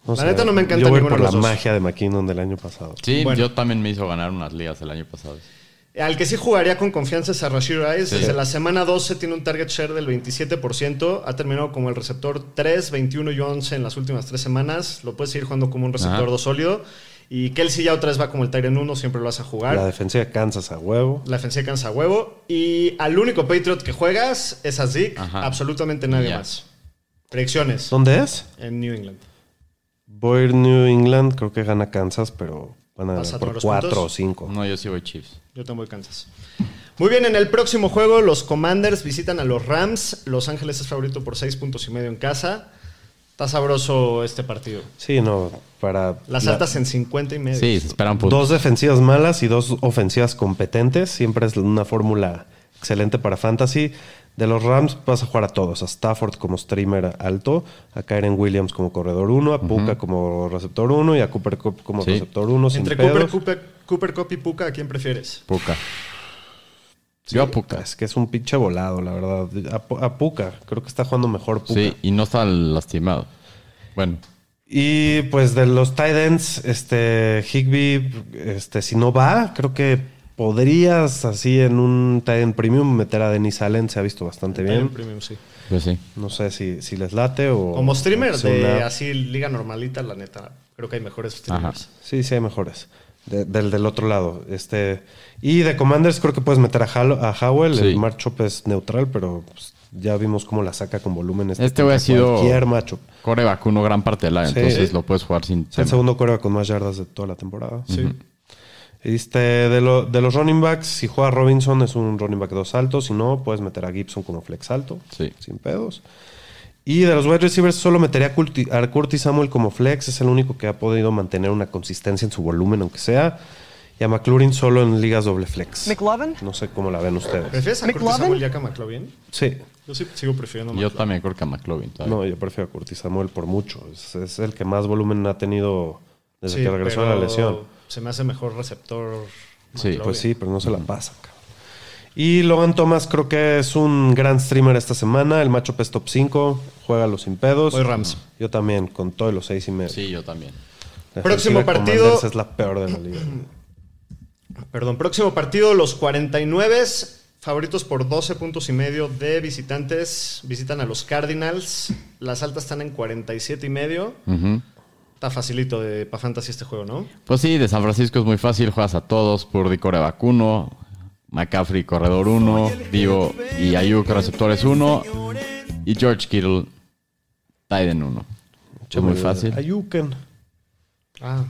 S3: No
S2: La neta no me encanta
S3: Yo voy
S2: ninguno
S3: por
S2: de
S3: la
S2: los dos.
S3: magia de McKinnon del año pasado.
S4: Sí,
S2: Bueno.
S4: yo también me hizo ganar unas ligas el año pasado.
S2: Al que sí jugaría con confianza es a Rashid Rice.
S4: Sí.
S2: Desde la semana 12 tiene un target share del 27%. Ha terminado como el receptor 3, 21 y 11 en las últimas tres semanas. Lo puedes seguir jugando como un receptor
S4: Ajá.
S2: 2 sólido. Y Kelsey ya otra vez va como el Tyrion 1, siempre lo vas a jugar.
S3: La
S2: La,
S3: defensa de Kansas a huevo.
S2: defensa de cansa huevo. Y al único Patriot que juegas es a Zeke.
S4: Ajá.
S2: Absolutamente nadie
S4: Ya.
S2: más. Predicciones
S3: ¿Dónde es?
S2: en New England.
S3: Voy a ir New England. Creo que gana Kansas, pero van a
S2: ¿Vas a tomar
S3: ganar por
S2: los
S3: 4 o
S2: puntos?
S3: 5.
S4: No, yo sí voy Chiefs.
S2: Yo también voy Kansas. Muy bien, en el próximo juego los Commanders visitan a los Rams. Los Ángeles es favorito por 6 puntos y medio en casa. Está sabroso este partido.
S3: Sí, no. Para
S2: Las
S3: la-
S2: altas en 50 y medio.
S4: Sí, se esperan puntos.
S3: Dos defensivas malas y dos ofensivas competentes. Siempre es una fórmula excelente para fantasy. De los Rams vas a jugar a todos. A Stafford como streamer alto, a Kyren Williams como corredor 1, a Puka como receptor 1 y a Cooper Cup como
S4: Sí.
S3: receptor 1.
S2: Entre Cooper, Cooper, Cooper Cup y Puka, ¿a quién prefieres?
S4: Puka. Yo a Puka.
S3: Es que es un pinche volado, la verdad. A, Pu- a Puka, creo que está jugando mejor Puka.
S4: Sí, y no está lastimado. Bueno,
S3: Y pues de los tight ends, este Higby, este, si no va, creo que podrías así en un tight end premium meter a Denis Allen, se ha visto bastante
S2: Tyrion
S3: bien.
S2: Premium, sí.
S4: pues sí.
S3: No sé si, si les late o.
S2: Como streamer
S3: o sea,
S2: de
S3: una-
S2: así liga normalita, la neta. Creo que hay mejores streamers.
S3: Sí, sí, hay mejores. De- del, del otro lado. Este. Y de Commanders creo que puedes meter a, Halo- a Howell.
S4: Sí.
S3: El matchup es neutral, pero pues, ya vimos cómo la saca con volumen.
S4: Este güey ha
S3: contra
S4: sido-
S3: Cualquier matchup.
S4: Core vacuno gran parte del año,
S3: Sí.
S4: entonces lo puedes jugar sin
S3: Es el
S4: tema.
S3: segundo coreo con más yardas de toda la temporada.
S2: Sí.
S3: Este, de, lo- de los running backs, si juega Robinson es un running back dos alto, si no, puedes meter a Gibson como flex alto,
S4: Sí.
S3: sin pedos. Y de los wide receivers solo metería a, Culti- a Curtis Samuel como flex, es el único que ha podido mantener una consistencia en su volumen, aunque sea. y a McLaurin solo en ligas doble flex.
S7: McLovin?
S3: No sé cómo la ven ustedes.
S2: ¿Prefieres a Curtis
S7: McLovin?
S2: Samuel Jack a McLovin?
S3: Sí,
S2: Yo sí sigo prefiriendo a
S4: Yo
S2: McLovin.
S4: también creo que a McLovin todavía.
S3: no, yo prefiero a Curtis Samuel por mucho. Es, es el que más volumen ha tenido desde
S2: Sí,
S3: que regresó de la
S2: pero
S3: lesión.
S2: Se me hace mejor receptor.
S4: Sí,
S2: McLovin.
S3: Pues sí, pero no se la pasan, cabrón. Y Logan Thomas creo que es un gran streamer esta semana. El macho es top 5. Juega los sin pedos.
S2: Voy Rams.
S3: Yo también, con todos los seis y medio.
S4: Sí, yo también.
S3: La
S2: Próximo
S3: defensiva de
S2: partido.
S3: Commanders Es la peor de la liga.
S2: Perdón, próximo partido, los 49 favoritos por 12 puntos y medio de visitantes. Visitan a los Cardinals. Las altas están en 47 y medio.
S4: Ujú.
S2: Está facilito de pa' fantasy este juego, ¿no?
S4: Pues sí, de San Francisco es muy fácil. Juegas a todos. Purdy, corre vacuno. McCaffrey, corredor 1. Divo y Ayuk, receptores 1. Y George Kittle, Tiden 1. Es muy fácil.
S3: Ayuken.
S2: Ah,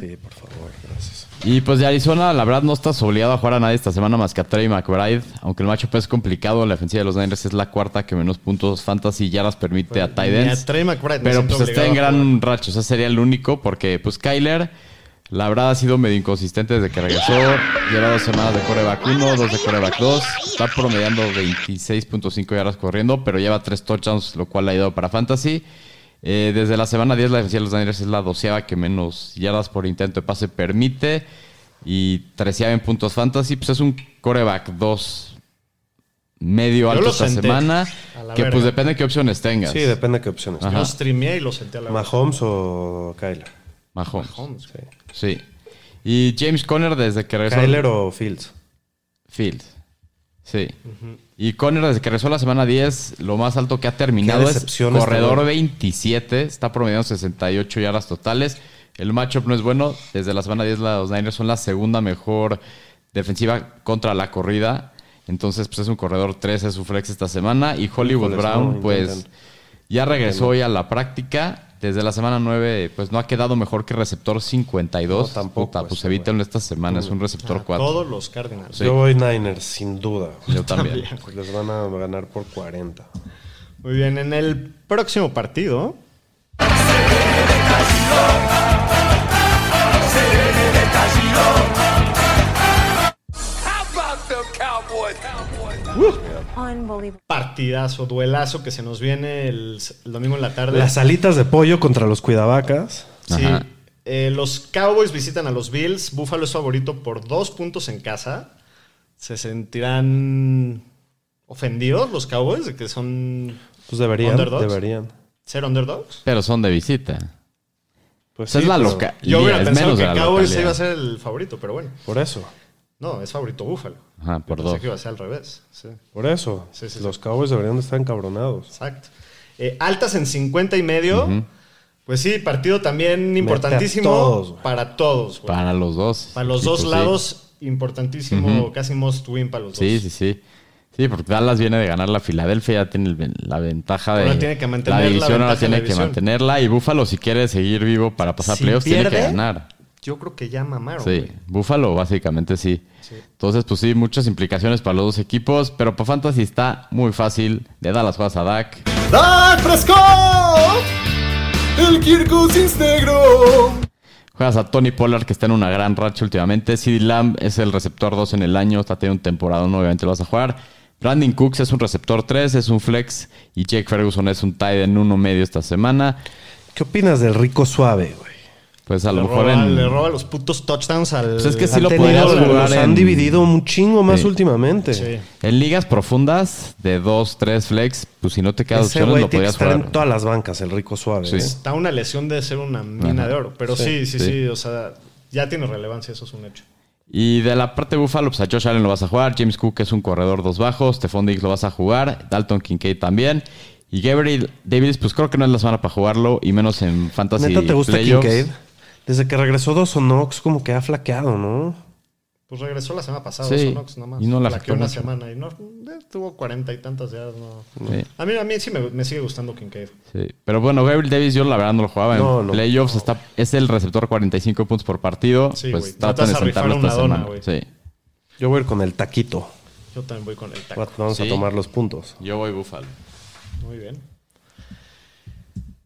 S3: Sí, por favor, gracias.
S4: Y pues de Arizona, la verdad, no estás obligado a jugar a nadie esta semana más que a Trey McBride. Aunque el matchup es complicado, la defensiva de los Niners es la cuarta que menos puntos fantasy ya las permite a
S2: ni a
S4: Titans.
S2: Trey McBride me
S4: Pero
S2: siento
S4: pues está
S2: obligado
S4: en
S2: a jugar.
S4: gran racho. O sea, sería el único porque pues Kyler, la verdad, ha sido medio inconsistente desde que regresó. Lleva dos semanas de coreback 1, dos de coreback 2. Está promediando 26.5 yardas corriendo, pero lleva tres touchdowns, lo cual le ha ido para Fantasy. Eh, desde la semana 10 la defensiva de los Niners es la doceava que menos yardas por intento de pase permite. Y treceava en puntos fantasy. Pues es un coreback 2 medio alto
S2: lo
S4: esta
S2: senté.
S4: semana.
S2: A la
S4: Que pues
S2: verga.
S4: depende de qué opciones tengas.
S3: Sí, depende de qué opciones.
S4: Ah.
S2: Yo streameé y lo senté a la
S3: ¿Mahomes o Kyler?
S4: Mahomes.
S2: Mahomes, güey.
S4: Sí. Y James Conner desde que regresó.
S3: ¿Kyler o Fields?
S4: Field. Sí. Y Conner desde que regresó la semana 10, lo más alto que ha
S3: Qué
S4: terminado es
S3: decepción este
S4: corredor
S3: güey.
S4: 27. Está promediando 68 yardas totales. El matchup no es bueno. Desde la semana 10, los Niners son la segunda mejor defensiva contra la corrida. Entonces, pues es un corredor 13 su flex esta semana. Y Hollywood
S3: Híjoles,
S4: Brown,
S3: no,
S4: pues
S3: intentan.
S4: ya regresó hoy a la práctica. Desde la semana 9, pues no ha quedado mejor que receptor 52.
S3: No, tampoco,
S4: Puta, pues
S3: este
S4: evítalo esta semana. Es un receptor 4.
S2: Todos los Cardinals.
S4: Sí.
S3: Yo voy Niners, sin duda.
S4: Yo también.
S3: Les van a ganar por 40.
S2: Muy bien, en el próximo partido. Partidazo, duelazo que se nos viene el, el domingo en la tarde.
S3: Las alitas de pollo contra los cuidavacas.
S2: Sí.
S4: Ajá.
S2: Eh, los Cowboys visitan a los Bills. Buffalo es favorito por dos puntos en casa. ¿Se sentirán ofendidos los Cowboys de que son
S3: Pues deberían,
S2: ¿Underdogs?
S3: deberían.
S2: ser underdogs?
S4: Pero son de visita.
S3: Pues
S4: Esa
S3: sí,
S4: es la
S3: pero
S4: loca.
S2: Yo hubiera
S4: es
S2: pensado
S4: menos
S2: que
S4: de la
S2: Cowboys
S4: localidad.
S2: iba a ser el favorito, pero bueno.
S3: Por eso,
S2: No, es favorito Buffalo.
S4: Ajá,
S2: Yo
S4: por
S2: pensé
S4: dos.
S2: que iba a ser al revés. Sí,
S3: por eso.
S2: Sí, sí, sí.
S3: los Cowboys deberían de estar encabronados.
S2: exacto. Eh, altas en 50 y medio. Pues sí, partido también importantísimo
S3: todos, güey.
S2: para todos. güey. pues, Para,
S4: Para los dos.
S2: los
S4: Sí,
S2: dos
S4: pues sí.
S2: lados, pues. importantísimo, casi must win para los
S4: Sí,
S2: dos.
S4: sí, sí. Sí, porque Dallas viene de ganar la Filadelfia, ya tiene el ven- la ventaja de.
S2: Ahora tiene que mantener
S4: la
S2: la
S4: división, ahora
S2: ventaja de
S4: tiene
S2: la
S4: que
S2: división.
S4: mantenerla. Y Búfalo, si quiere seguir vivo para pasar
S2: Si
S4: playoffs, tiene que
S2: pierde,
S4: ganar.
S2: Yo creo que ya mamaron.
S4: Sí,
S2: güey.
S4: Búfalo, básicamente sí. Entonces, pues sí, muchas implicaciones para los dos equipos. Pero para Fantasy está muy fácil. De Dallas juegas a Dak.
S1: ¡Dak Fresco! ¡El Kirkusis negro!
S4: Juegas a Tony Pollard, que está en una gran racha últimamente. CD Lamb es el receptor 2 en el año, está teniendo un temporada, obviamente lo vas a jugar. Brandon Cooks es un receptor 3, es un flex. Y Jake Ferguson es un tight en uno medio esta semana.
S3: ¿Qué opinas del rico suave, güey?
S4: Pues a
S2: Le
S4: lo mejor
S2: roba,
S4: en.
S2: le roba los putos touchdowns al.
S4: Pues es que sí
S3: Han
S4: lo
S3: tenido-
S4: podrías jugar
S3: los han
S4: en-
S3: dividido un chingo más
S4: Sí.
S3: últimamente.
S2: Sí.
S4: En ligas profundas de 2, 3 flex, pues si no te quedas
S3: Ese
S4: opciones,
S3: güey
S4: lo
S3: tiene que
S4: podías
S3: estar
S4: jugar.
S3: en todas las bancas, el rico suave.
S4: Sí.
S3: ¿eh?
S2: Está una lesión de ser una mina
S4: Ajá.
S2: de oro. Pero sí, sí, sí,
S4: sí.
S2: O sea, ya tiene relevancia, eso es un hecho.
S4: Y de la parte de Buffalo, pues a Josh Allen lo vas a jugar, James Cook es un corredor dos bajos, Stephon Diggs lo vas a jugar, Dalton Kincaid también. Y Gabriel Davis, pues creo que no es la semana para jugarlo, y menos en Fantasy
S3: ¿Neta te gusta
S4: playoffs.
S3: Kincaid? Desde que regresó dos Knox, como que ha flaqueado, ¿no?
S2: Pues regresó la semana pasada,
S4: Sí,
S2: Sonox, nada más.
S4: y no la
S2: Plaqueó
S4: afectó
S2: una
S4: mucho.
S2: semana y no. eh, tuvo cuarenta y tantas ya. No.
S4: Sí,
S2: A, mí, a mí sí me, me sigue gustando Kincaid.
S4: sí. Pero bueno, Gabriel Davis yo la verdad no lo jugaba en
S3: No, no.
S4: playoffs. Está, es el receptor 45 puntos por partido.
S2: Sí,
S4: pues
S2: güey.
S4: tratan
S2: No te
S4: de
S2: vas a rifar
S4: sentarlo esta
S2: una dona,
S4: semana.
S2: güey.
S4: Sí.
S3: Yo voy a ir con el taquito.
S2: Yo también voy con el taco.
S3: Vamos
S4: Sí.
S3: a tomar los puntos.
S4: Yo voy Buffalo.
S2: Muy bien.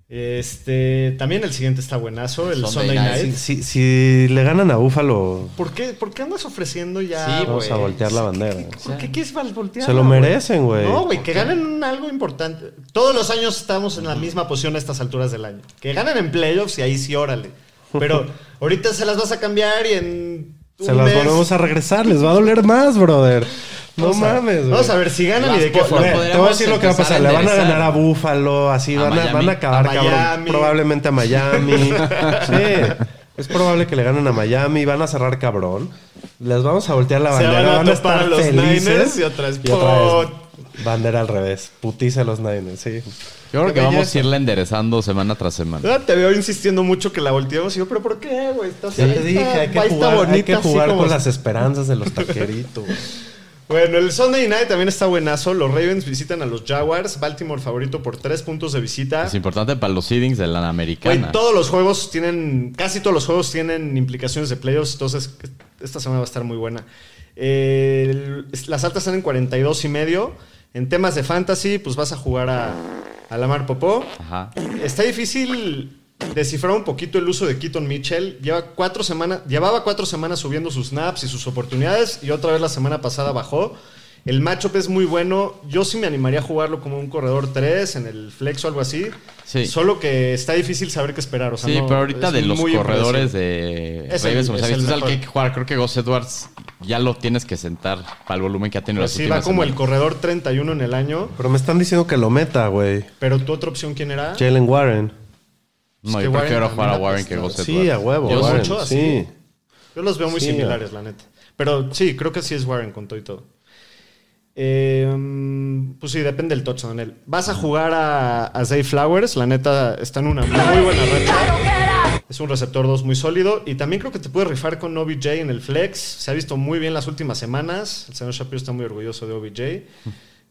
S2: Este, también el siguiente está buenazo, el
S4: Sunday
S2: Sunday,
S4: Night.
S2: Night.
S3: Si, si- si le ganan a Búfalo,
S2: ¿Por, qué, ¿Por qué andas ofreciendo ya?
S4: Sí,
S2: güey?
S3: vamos a voltear la bandera.
S2: ¿Por qué quieres voltear?
S3: Se lo merecen, güey.
S2: No, güey, que ganen algo importante. Todos los años estamos en la misma posición a estas alturas del año. Que ganen en playoffs y ahí sí, órale.
S3: <laughs>
S2: Pero ahorita se las vas a cambiar y en.
S3: Se
S2: un
S3: las
S2: mes-
S3: volvemos a regresar, les va a doler más, brother. No
S2: Vamos a-
S3: mames, güey.
S2: Vamos a ver si ganan
S4: Las
S2: y de qué
S4: po-
S2: forma.
S4: las
S3: Ve, Te voy a decir lo que va a pasar. Le van a
S4: enderezar.
S3: ganar a Búfalo, así
S4: A
S3: van, a,
S4: Miami.
S3: van a acabar,
S2: A
S3: cabrón.
S2: Miami.
S3: Probablemente a
S2: <laughs>
S3: Miami. sí. Es probable que le ganen a Miami, van a cerrar cabrón. Les vamos a voltear la
S2: Se
S3: bandera,
S2: van a
S3: van a
S2: topar a
S3: estar
S2: los
S3: felices.
S2: Niners y otra vez,
S3: vez, bandera al revés. Putiza a los Niners, sí.
S4: Yo creo
S2: Qué
S4: que vamos
S2: belleza.
S4: a irla enderezando semana tras semana.
S2: Ah, Te veo insistiendo mucho que la volteemos y yo, pero ¿por qué, güey? Estás
S3: Ya te dije, hay que jugar, hay que jugar con las esperanzas de los taqueritos.
S2: Bueno, el Sunday Night también está buenazo. Los Ravens visitan a los Jaguars. Baltimore favorito por tres puntos de visita.
S4: Es importante para los seedings de la
S2: Güey,
S4: americana.
S2: todos los juegos tienen, casi todos los juegos tienen implicaciones de playoffs, entonces esta semana va a estar muy buena. Eh, el- las altas están en 42 y medio. En temas de fantasy, pues vas a jugar a, a Lamar Popó.
S4: Ajá.
S2: Está difícil descifrar un poquito el uso de Keaton Mitchell. Lleva cuatro semanas, llevaba cuatro semanas subiendo sus snaps y sus oportunidades y otra vez la semana pasada bajó. El matchup es muy bueno. Yo sí me animaría a jugarlo como un corredor 3 en el flex o algo así.
S4: Sí.
S2: Solo que está difícil saber qué esperar. O sea,
S4: sí,
S2: no-
S4: pero ahorita
S2: es
S4: de los
S2: muy
S4: corredores
S2: impredecible.
S4: de
S2: Es el-
S4: Ravens, o sea,
S2: es el
S4: es al que hay
S2: mejor.
S4: que jugar. Creo que Gus Edwards ya lo tienes que sentar para el volumen que ha tenido
S2: Pues
S4: las
S2: sí, va
S4: últimas
S2: como el
S4: semanas.
S2: corredor 31 en el año.
S3: Pero me están diciendo que lo meta, güey.
S2: Pero tu otra opción, ¿quién era?
S3: Jalen Warren.
S4: No,
S2: Es
S4: yo
S2: que
S4: prefiero
S2: Warren
S4: jugar a
S2: también
S4: Warren
S2: apesta.
S4: que Gus Edwards.
S3: Sí, a huevo.
S2: Llevas
S3: Warren,
S2: ocho, así.
S3: sí.
S2: Yo los veo muy
S3: Sí,
S2: similares, la neta. Pero sí, creo que sí es Warren con todo y todo. Eh, mm, pues sí, depende del touchdown. él. Vas a jugar a, a Zay Flowers. La neta está en una muy buena racha. Es un receptor 2 muy sólido. Y también creo que te puedes rifar con OBJ en el flex. Se ha visto muy bien las últimas semanas. El señor Shapiro está muy orgulloso de OBJ.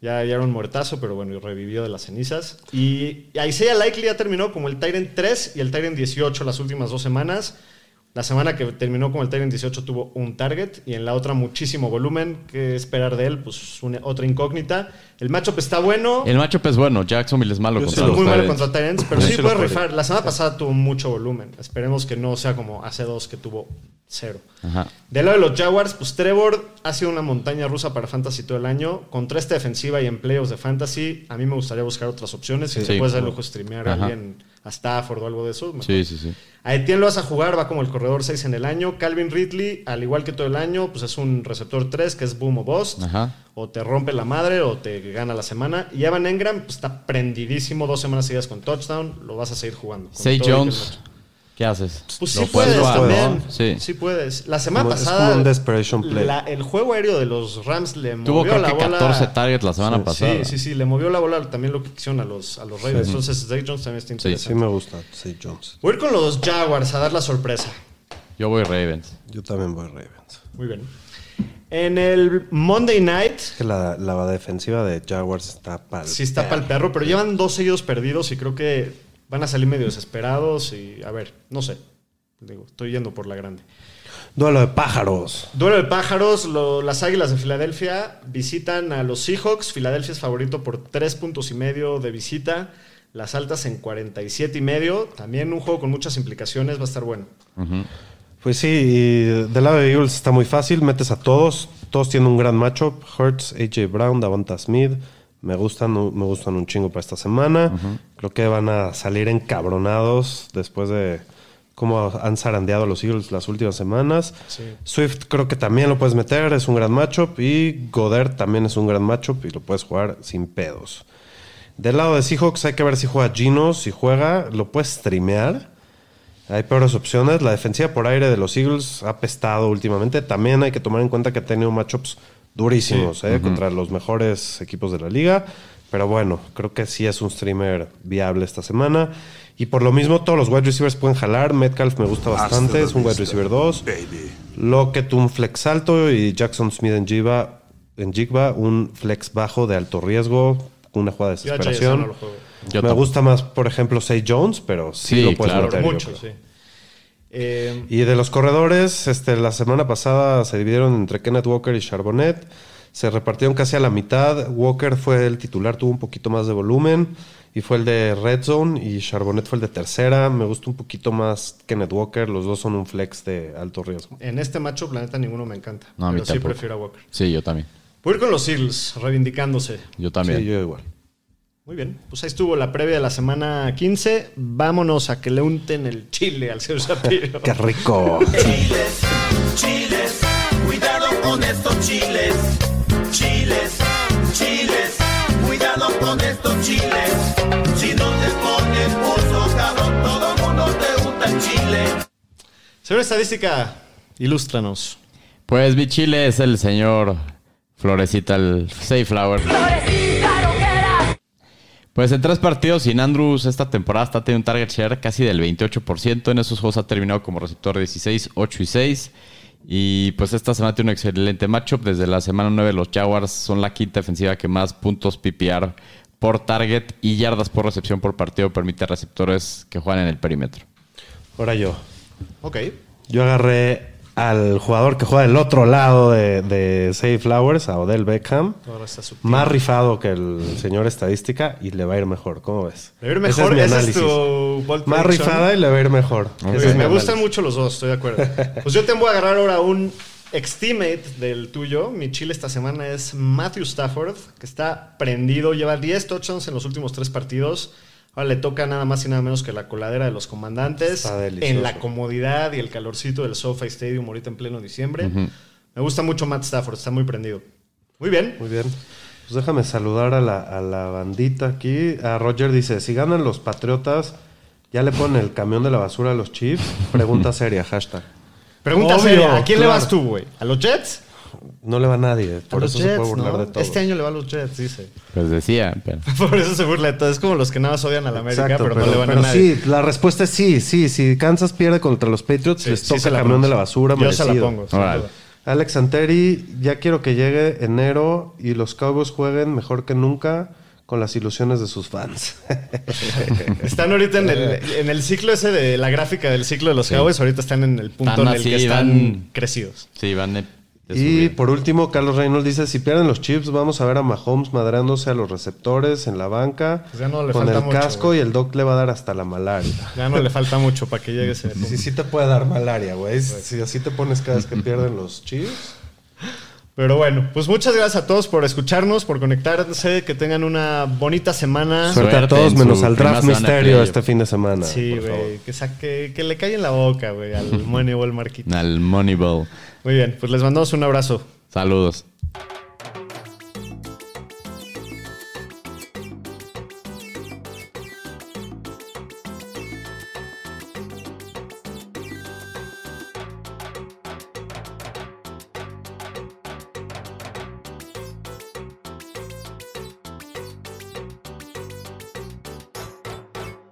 S2: Ya, ya era un muertazo, pero bueno, y revivió de las cenizas. Y, y Isaiah Likely ya terminó como el Tyrant 3 y el Tyrant 18 las últimas dos semanas. La semana que terminó con el Tyrant 18 tuvo un target y en la otra muchísimo volumen. ¿Qué esperar de él? Pues una- otra incógnita. El matchup está bueno.
S4: El matchup es bueno. Jacksonville es malo
S3: Yo sí
S4: contra
S3: lo-
S4: los
S2: muy malo
S4: Titans.
S2: contra Tyrants, pero
S3: Yo
S2: sí
S3: sí lo
S2: puede
S3: jugaría.
S2: rifar. La semana pasada tuvo mucho volumen. Esperemos que no sea como hace dos que tuvo cero.
S4: Ajá.
S2: Del lado de los Jaguars, pues Trevor ha sido una montaña rusa para Fantasy todo el año. Contra esta defensiva y en playoffs de Fantasy, a mí me gustaría buscar otras opciones. Si
S4: Sí.
S2: después de lujo streamear a
S4: Ajá.
S2: alguien a Stafford o algo de eso. mejor.
S4: Sí, sí, sí.
S2: A Etienne lo vas a jugar, va como el corredor 6 en el año. Calvin Ridley, al igual que todo el año, pues es un receptor 3 que es boom o bust.
S4: Ajá.
S2: O te rompe la madre o te gana la semana. Y Evan Engram pues, está prendidísimo dos semanas seguidas con touchdown. Lo vas a seguir jugando. con
S4: Say
S2: todo y que el
S4: Jones,
S2: match-
S4: ¿qué haces?
S2: Pues
S4: Lo
S2: sí puedes
S4: jugar,
S2: también.
S4: ¿no?
S2: Sí.
S4: Sí.
S2: puedes. La semana
S3: Como- es
S2: pasada.
S3: como un desperation play.
S2: la- el juego aéreo de los Rams le movió
S4: Tuvo creo
S2: la
S4: que
S2: bola.
S4: 14 targets la semana pasada.
S2: Sí, sí, sí, le movió la bola también lo que hicieron a los, a los Ravens. Entonces, Zay Jones también está interesante.
S3: Sí me gusta, sí, Jones.
S2: Voy a ir con los Jaguars a dar la sorpresa.
S4: Yo voy Ravens.
S3: Yo también voy Ravens.
S2: Muy bien. En el Monday Night,
S3: Es que la, la defensiva de Jaguars está para
S2: sí está para el perro, pero llevan dos seguidos perdidos y creo que van a salir medio desesperados y, a ver, no sé. Digo, estoy yendo por la grande.
S3: Duelo de pájaros.
S2: Duelo de pájaros, lo- las Águilas de Filadelfia visitan a los Seahawks. Filadelfia es favorito por tres puntos y medio de visita. Las altas en 47 y medio. También un juego con muchas implicaciones, va a estar bueno.
S3: Pues sí, y del lado de Eagles está muy fácil. Metes a todos. Todos tienen un gran matchup. Hurts, AJ Brown, Davanta Smith. Me gustan, me gustan un chingo para esta semana. Creo que van a salir encabronados después de cómo han zarandeado a los Eagles las últimas semanas. Swift creo que también lo puedes meter, es un gran matchup. Y Goddard también es un gran matchup y lo puedes jugar sin pedos. Del lado de Seahawks hay que ver si juega Gino, si juega, lo puedes streamear. Hay peores opciones. La defensiva por aire de los Eagles ha pestado últimamente. También hay que tomar en cuenta que ha tenido matchups durísimos ¿eh? contra los mejores equipos de la liga. Pero bueno, creo que sí es un streamer viable esta semana. Y por lo mismo, todos los wide receivers pueden jalar. Metcalf me gusta bastante, es un wide receiver 2. Lockett un flex alto y Jackson Smith en Jigba, en Jigba un flex bajo de alto riesgo. Una jugada de
S2: Yo a
S3: desesperación.
S2: JSN no lo juego.
S4: Yo
S3: me
S4: tampoco.
S3: gusta más, por ejemplo, Say Jones, pero sí,
S4: Sí,
S3: lo puedes
S4: claro.
S3: meter, yo
S2: Mucho,
S3: creo.
S2: sí. Eh,
S3: Y de los corredores, este, la semana pasada se dividieron entre Kenneth Walker y Charbonnet. Se repartieron casi a la mitad. Walker fue el titular, tuvo un poquito más de volumen. Y fue el de Red Zone. Y Charbonnet fue el de tercera. Me gusta un poquito más Kenneth Walker. Los dos son un flex de alto riesgo.
S2: En este macho, la neta, ninguno me encanta.
S4: No, a mí
S2: pero sí
S4: tampoco.
S2: prefiero a Walker.
S4: Sí, yo también.
S2: Voy a ir con los Eagles, reivindicándose.
S4: Yo también.
S3: Sí, yo igual.
S2: Muy bien, pues ahí estuvo la previa de la semana 15. Vámonos a que le unten el chile al señor Shapiro.
S3: ¡Qué rico!
S7: Chiles, chiles, cuidado con estos chiles. Chiles, chiles, cuidado con estos chiles. Si no te pones pulso, cabrón, todo mundo te gusta el chile.
S2: Señor Estadística, ilústranos.
S4: Pues mi chile es el señor Florecita, el Sayflower. Pues en tres partidos sin Andrews esta temporada está teniendo un target share casi del 28%. En esos juegos ha terminado como receptor 16, 8 y 6. Y pues esta semana tiene un excelente matchup. Desde la semana 9 los Jaguars son la quinta defensiva que más puntos PPR por target y yardas por recepción por partido permite a receptores que juegan en el perímetro.
S3: <laughs> Ahora yo.
S2: Ok.
S3: Yo agarré al jugador que juega del otro lado de, de Save Flowers, a Odell Beckham.
S2: Ahora está su...
S3: Más rifado que el señor estadística y le va a ir mejor. ¿Cómo ves?
S2: Le va a ir
S3: Ese
S2: mejor,
S3: mi
S2: ese es
S3: análisis.
S2: tu bold
S3: Más
S2: prediction.
S3: rifada y le va a ir mejor.
S2: Muy
S3: Ese
S2: bien,
S3: es mi
S2: me gustan
S3: análisis.
S2: mucho los dos, estoy de acuerdo. Pues yo te voy a agarrar ahora un ex-teammate del tuyo. Mi chile esta semana es Matthew Stafford, que está prendido, lleva 10 touchdowns en los últimos tres partidos. Ahora le toca nada más y nada menos que la coladera de los comandantes.
S3: Está delicioso.
S2: En la comodidad y el calorcito del SoFi Stadium ahorita en pleno diciembre. Me gusta mucho Matt Stafford, está muy prendido. Muy bien.
S3: Muy bien. Pues déjame saludar a la, a la bandita aquí. A Roger dice, si ganan los Patriotas, ya le ponen el camión de la basura a los Chiefs.
S2: <laughs>
S3: Pregunta seria, hashtag.
S2: Pregunta
S3: Obvio,
S2: seria, ¿a quién le
S3: claro.
S2: vas tú, güey? ¿A los Jets?
S3: No le va a nadie, por
S2: a los
S3: eso se puede burlar de todo.
S2: Este año le va a los Jets, dice.
S4: Pues decía, pero-
S2: <laughs> Por eso se burla de todo. Es como los que nada más odian a la América,
S3: Exacto,
S2: pero, no le van a
S3: pero
S2: nadie.
S3: Sí, la respuesta es sí, sí. Si Kansas pierde contra los Patriots,
S2: Sí,
S3: les
S2: sí
S3: toca
S2: se
S3: el
S2: la
S3: camión
S2: pongo.
S3: de la basura.
S2: Yo se la
S3: merecido.
S2: pongo. sin
S4: Órale. <laughs>
S2: duda.
S3: Alex Anteri, ya quiero que llegue enero y los Cowboys jueguen mejor que nunca con las ilusiones de sus fans.
S2: Están ahorita en el, en el ciclo ese de la gráfica del ciclo de los Cowboys. Ahorita están en el punto
S4: Están
S2: en el que
S4: así,
S2: están
S4: van-
S2: crecidos.
S4: sí, van de-
S3: <laughs>
S4: de
S3: y
S4: subida.
S3: por último, Carlos Reynolds dice, si pierden los chips, vamos a ver a Mahomes madrándose a los receptores en la banca
S2: Pues ya no le
S3: con
S2: falta
S3: el
S2: mucho,
S3: casco
S2: güey.
S3: y el doc le va a dar hasta
S2: <laughs>
S3: la malaria.
S2: Ya no le falta mucho para que llegue ese punto.
S3: <laughs> Sí, sí te puede dar malaria, güey.
S2: Pues.
S3: Si así te pones cada vez que pierden los chips.
S2: Pero bueno, pues muchas gracias a todos por escucharnos, por conectarse. Que tengan una bonita semana.
S4: Suerte
S3: Suerte a
S4: en
S3: todos
S4: su
S3: menos al
S4: primera
S3: draft
S4: semana de
S3: misterio
S4: playoff.
S3: este fin de semana.
S2: Sí,
S3: por favor.
S2: güey. Que, saque- que le calle en la boca, güey, al Moneyball Marquito.
S4: Al Moneyball.
S2: Muy bien, pues les mandamos un abrazo.
S4: Saludos.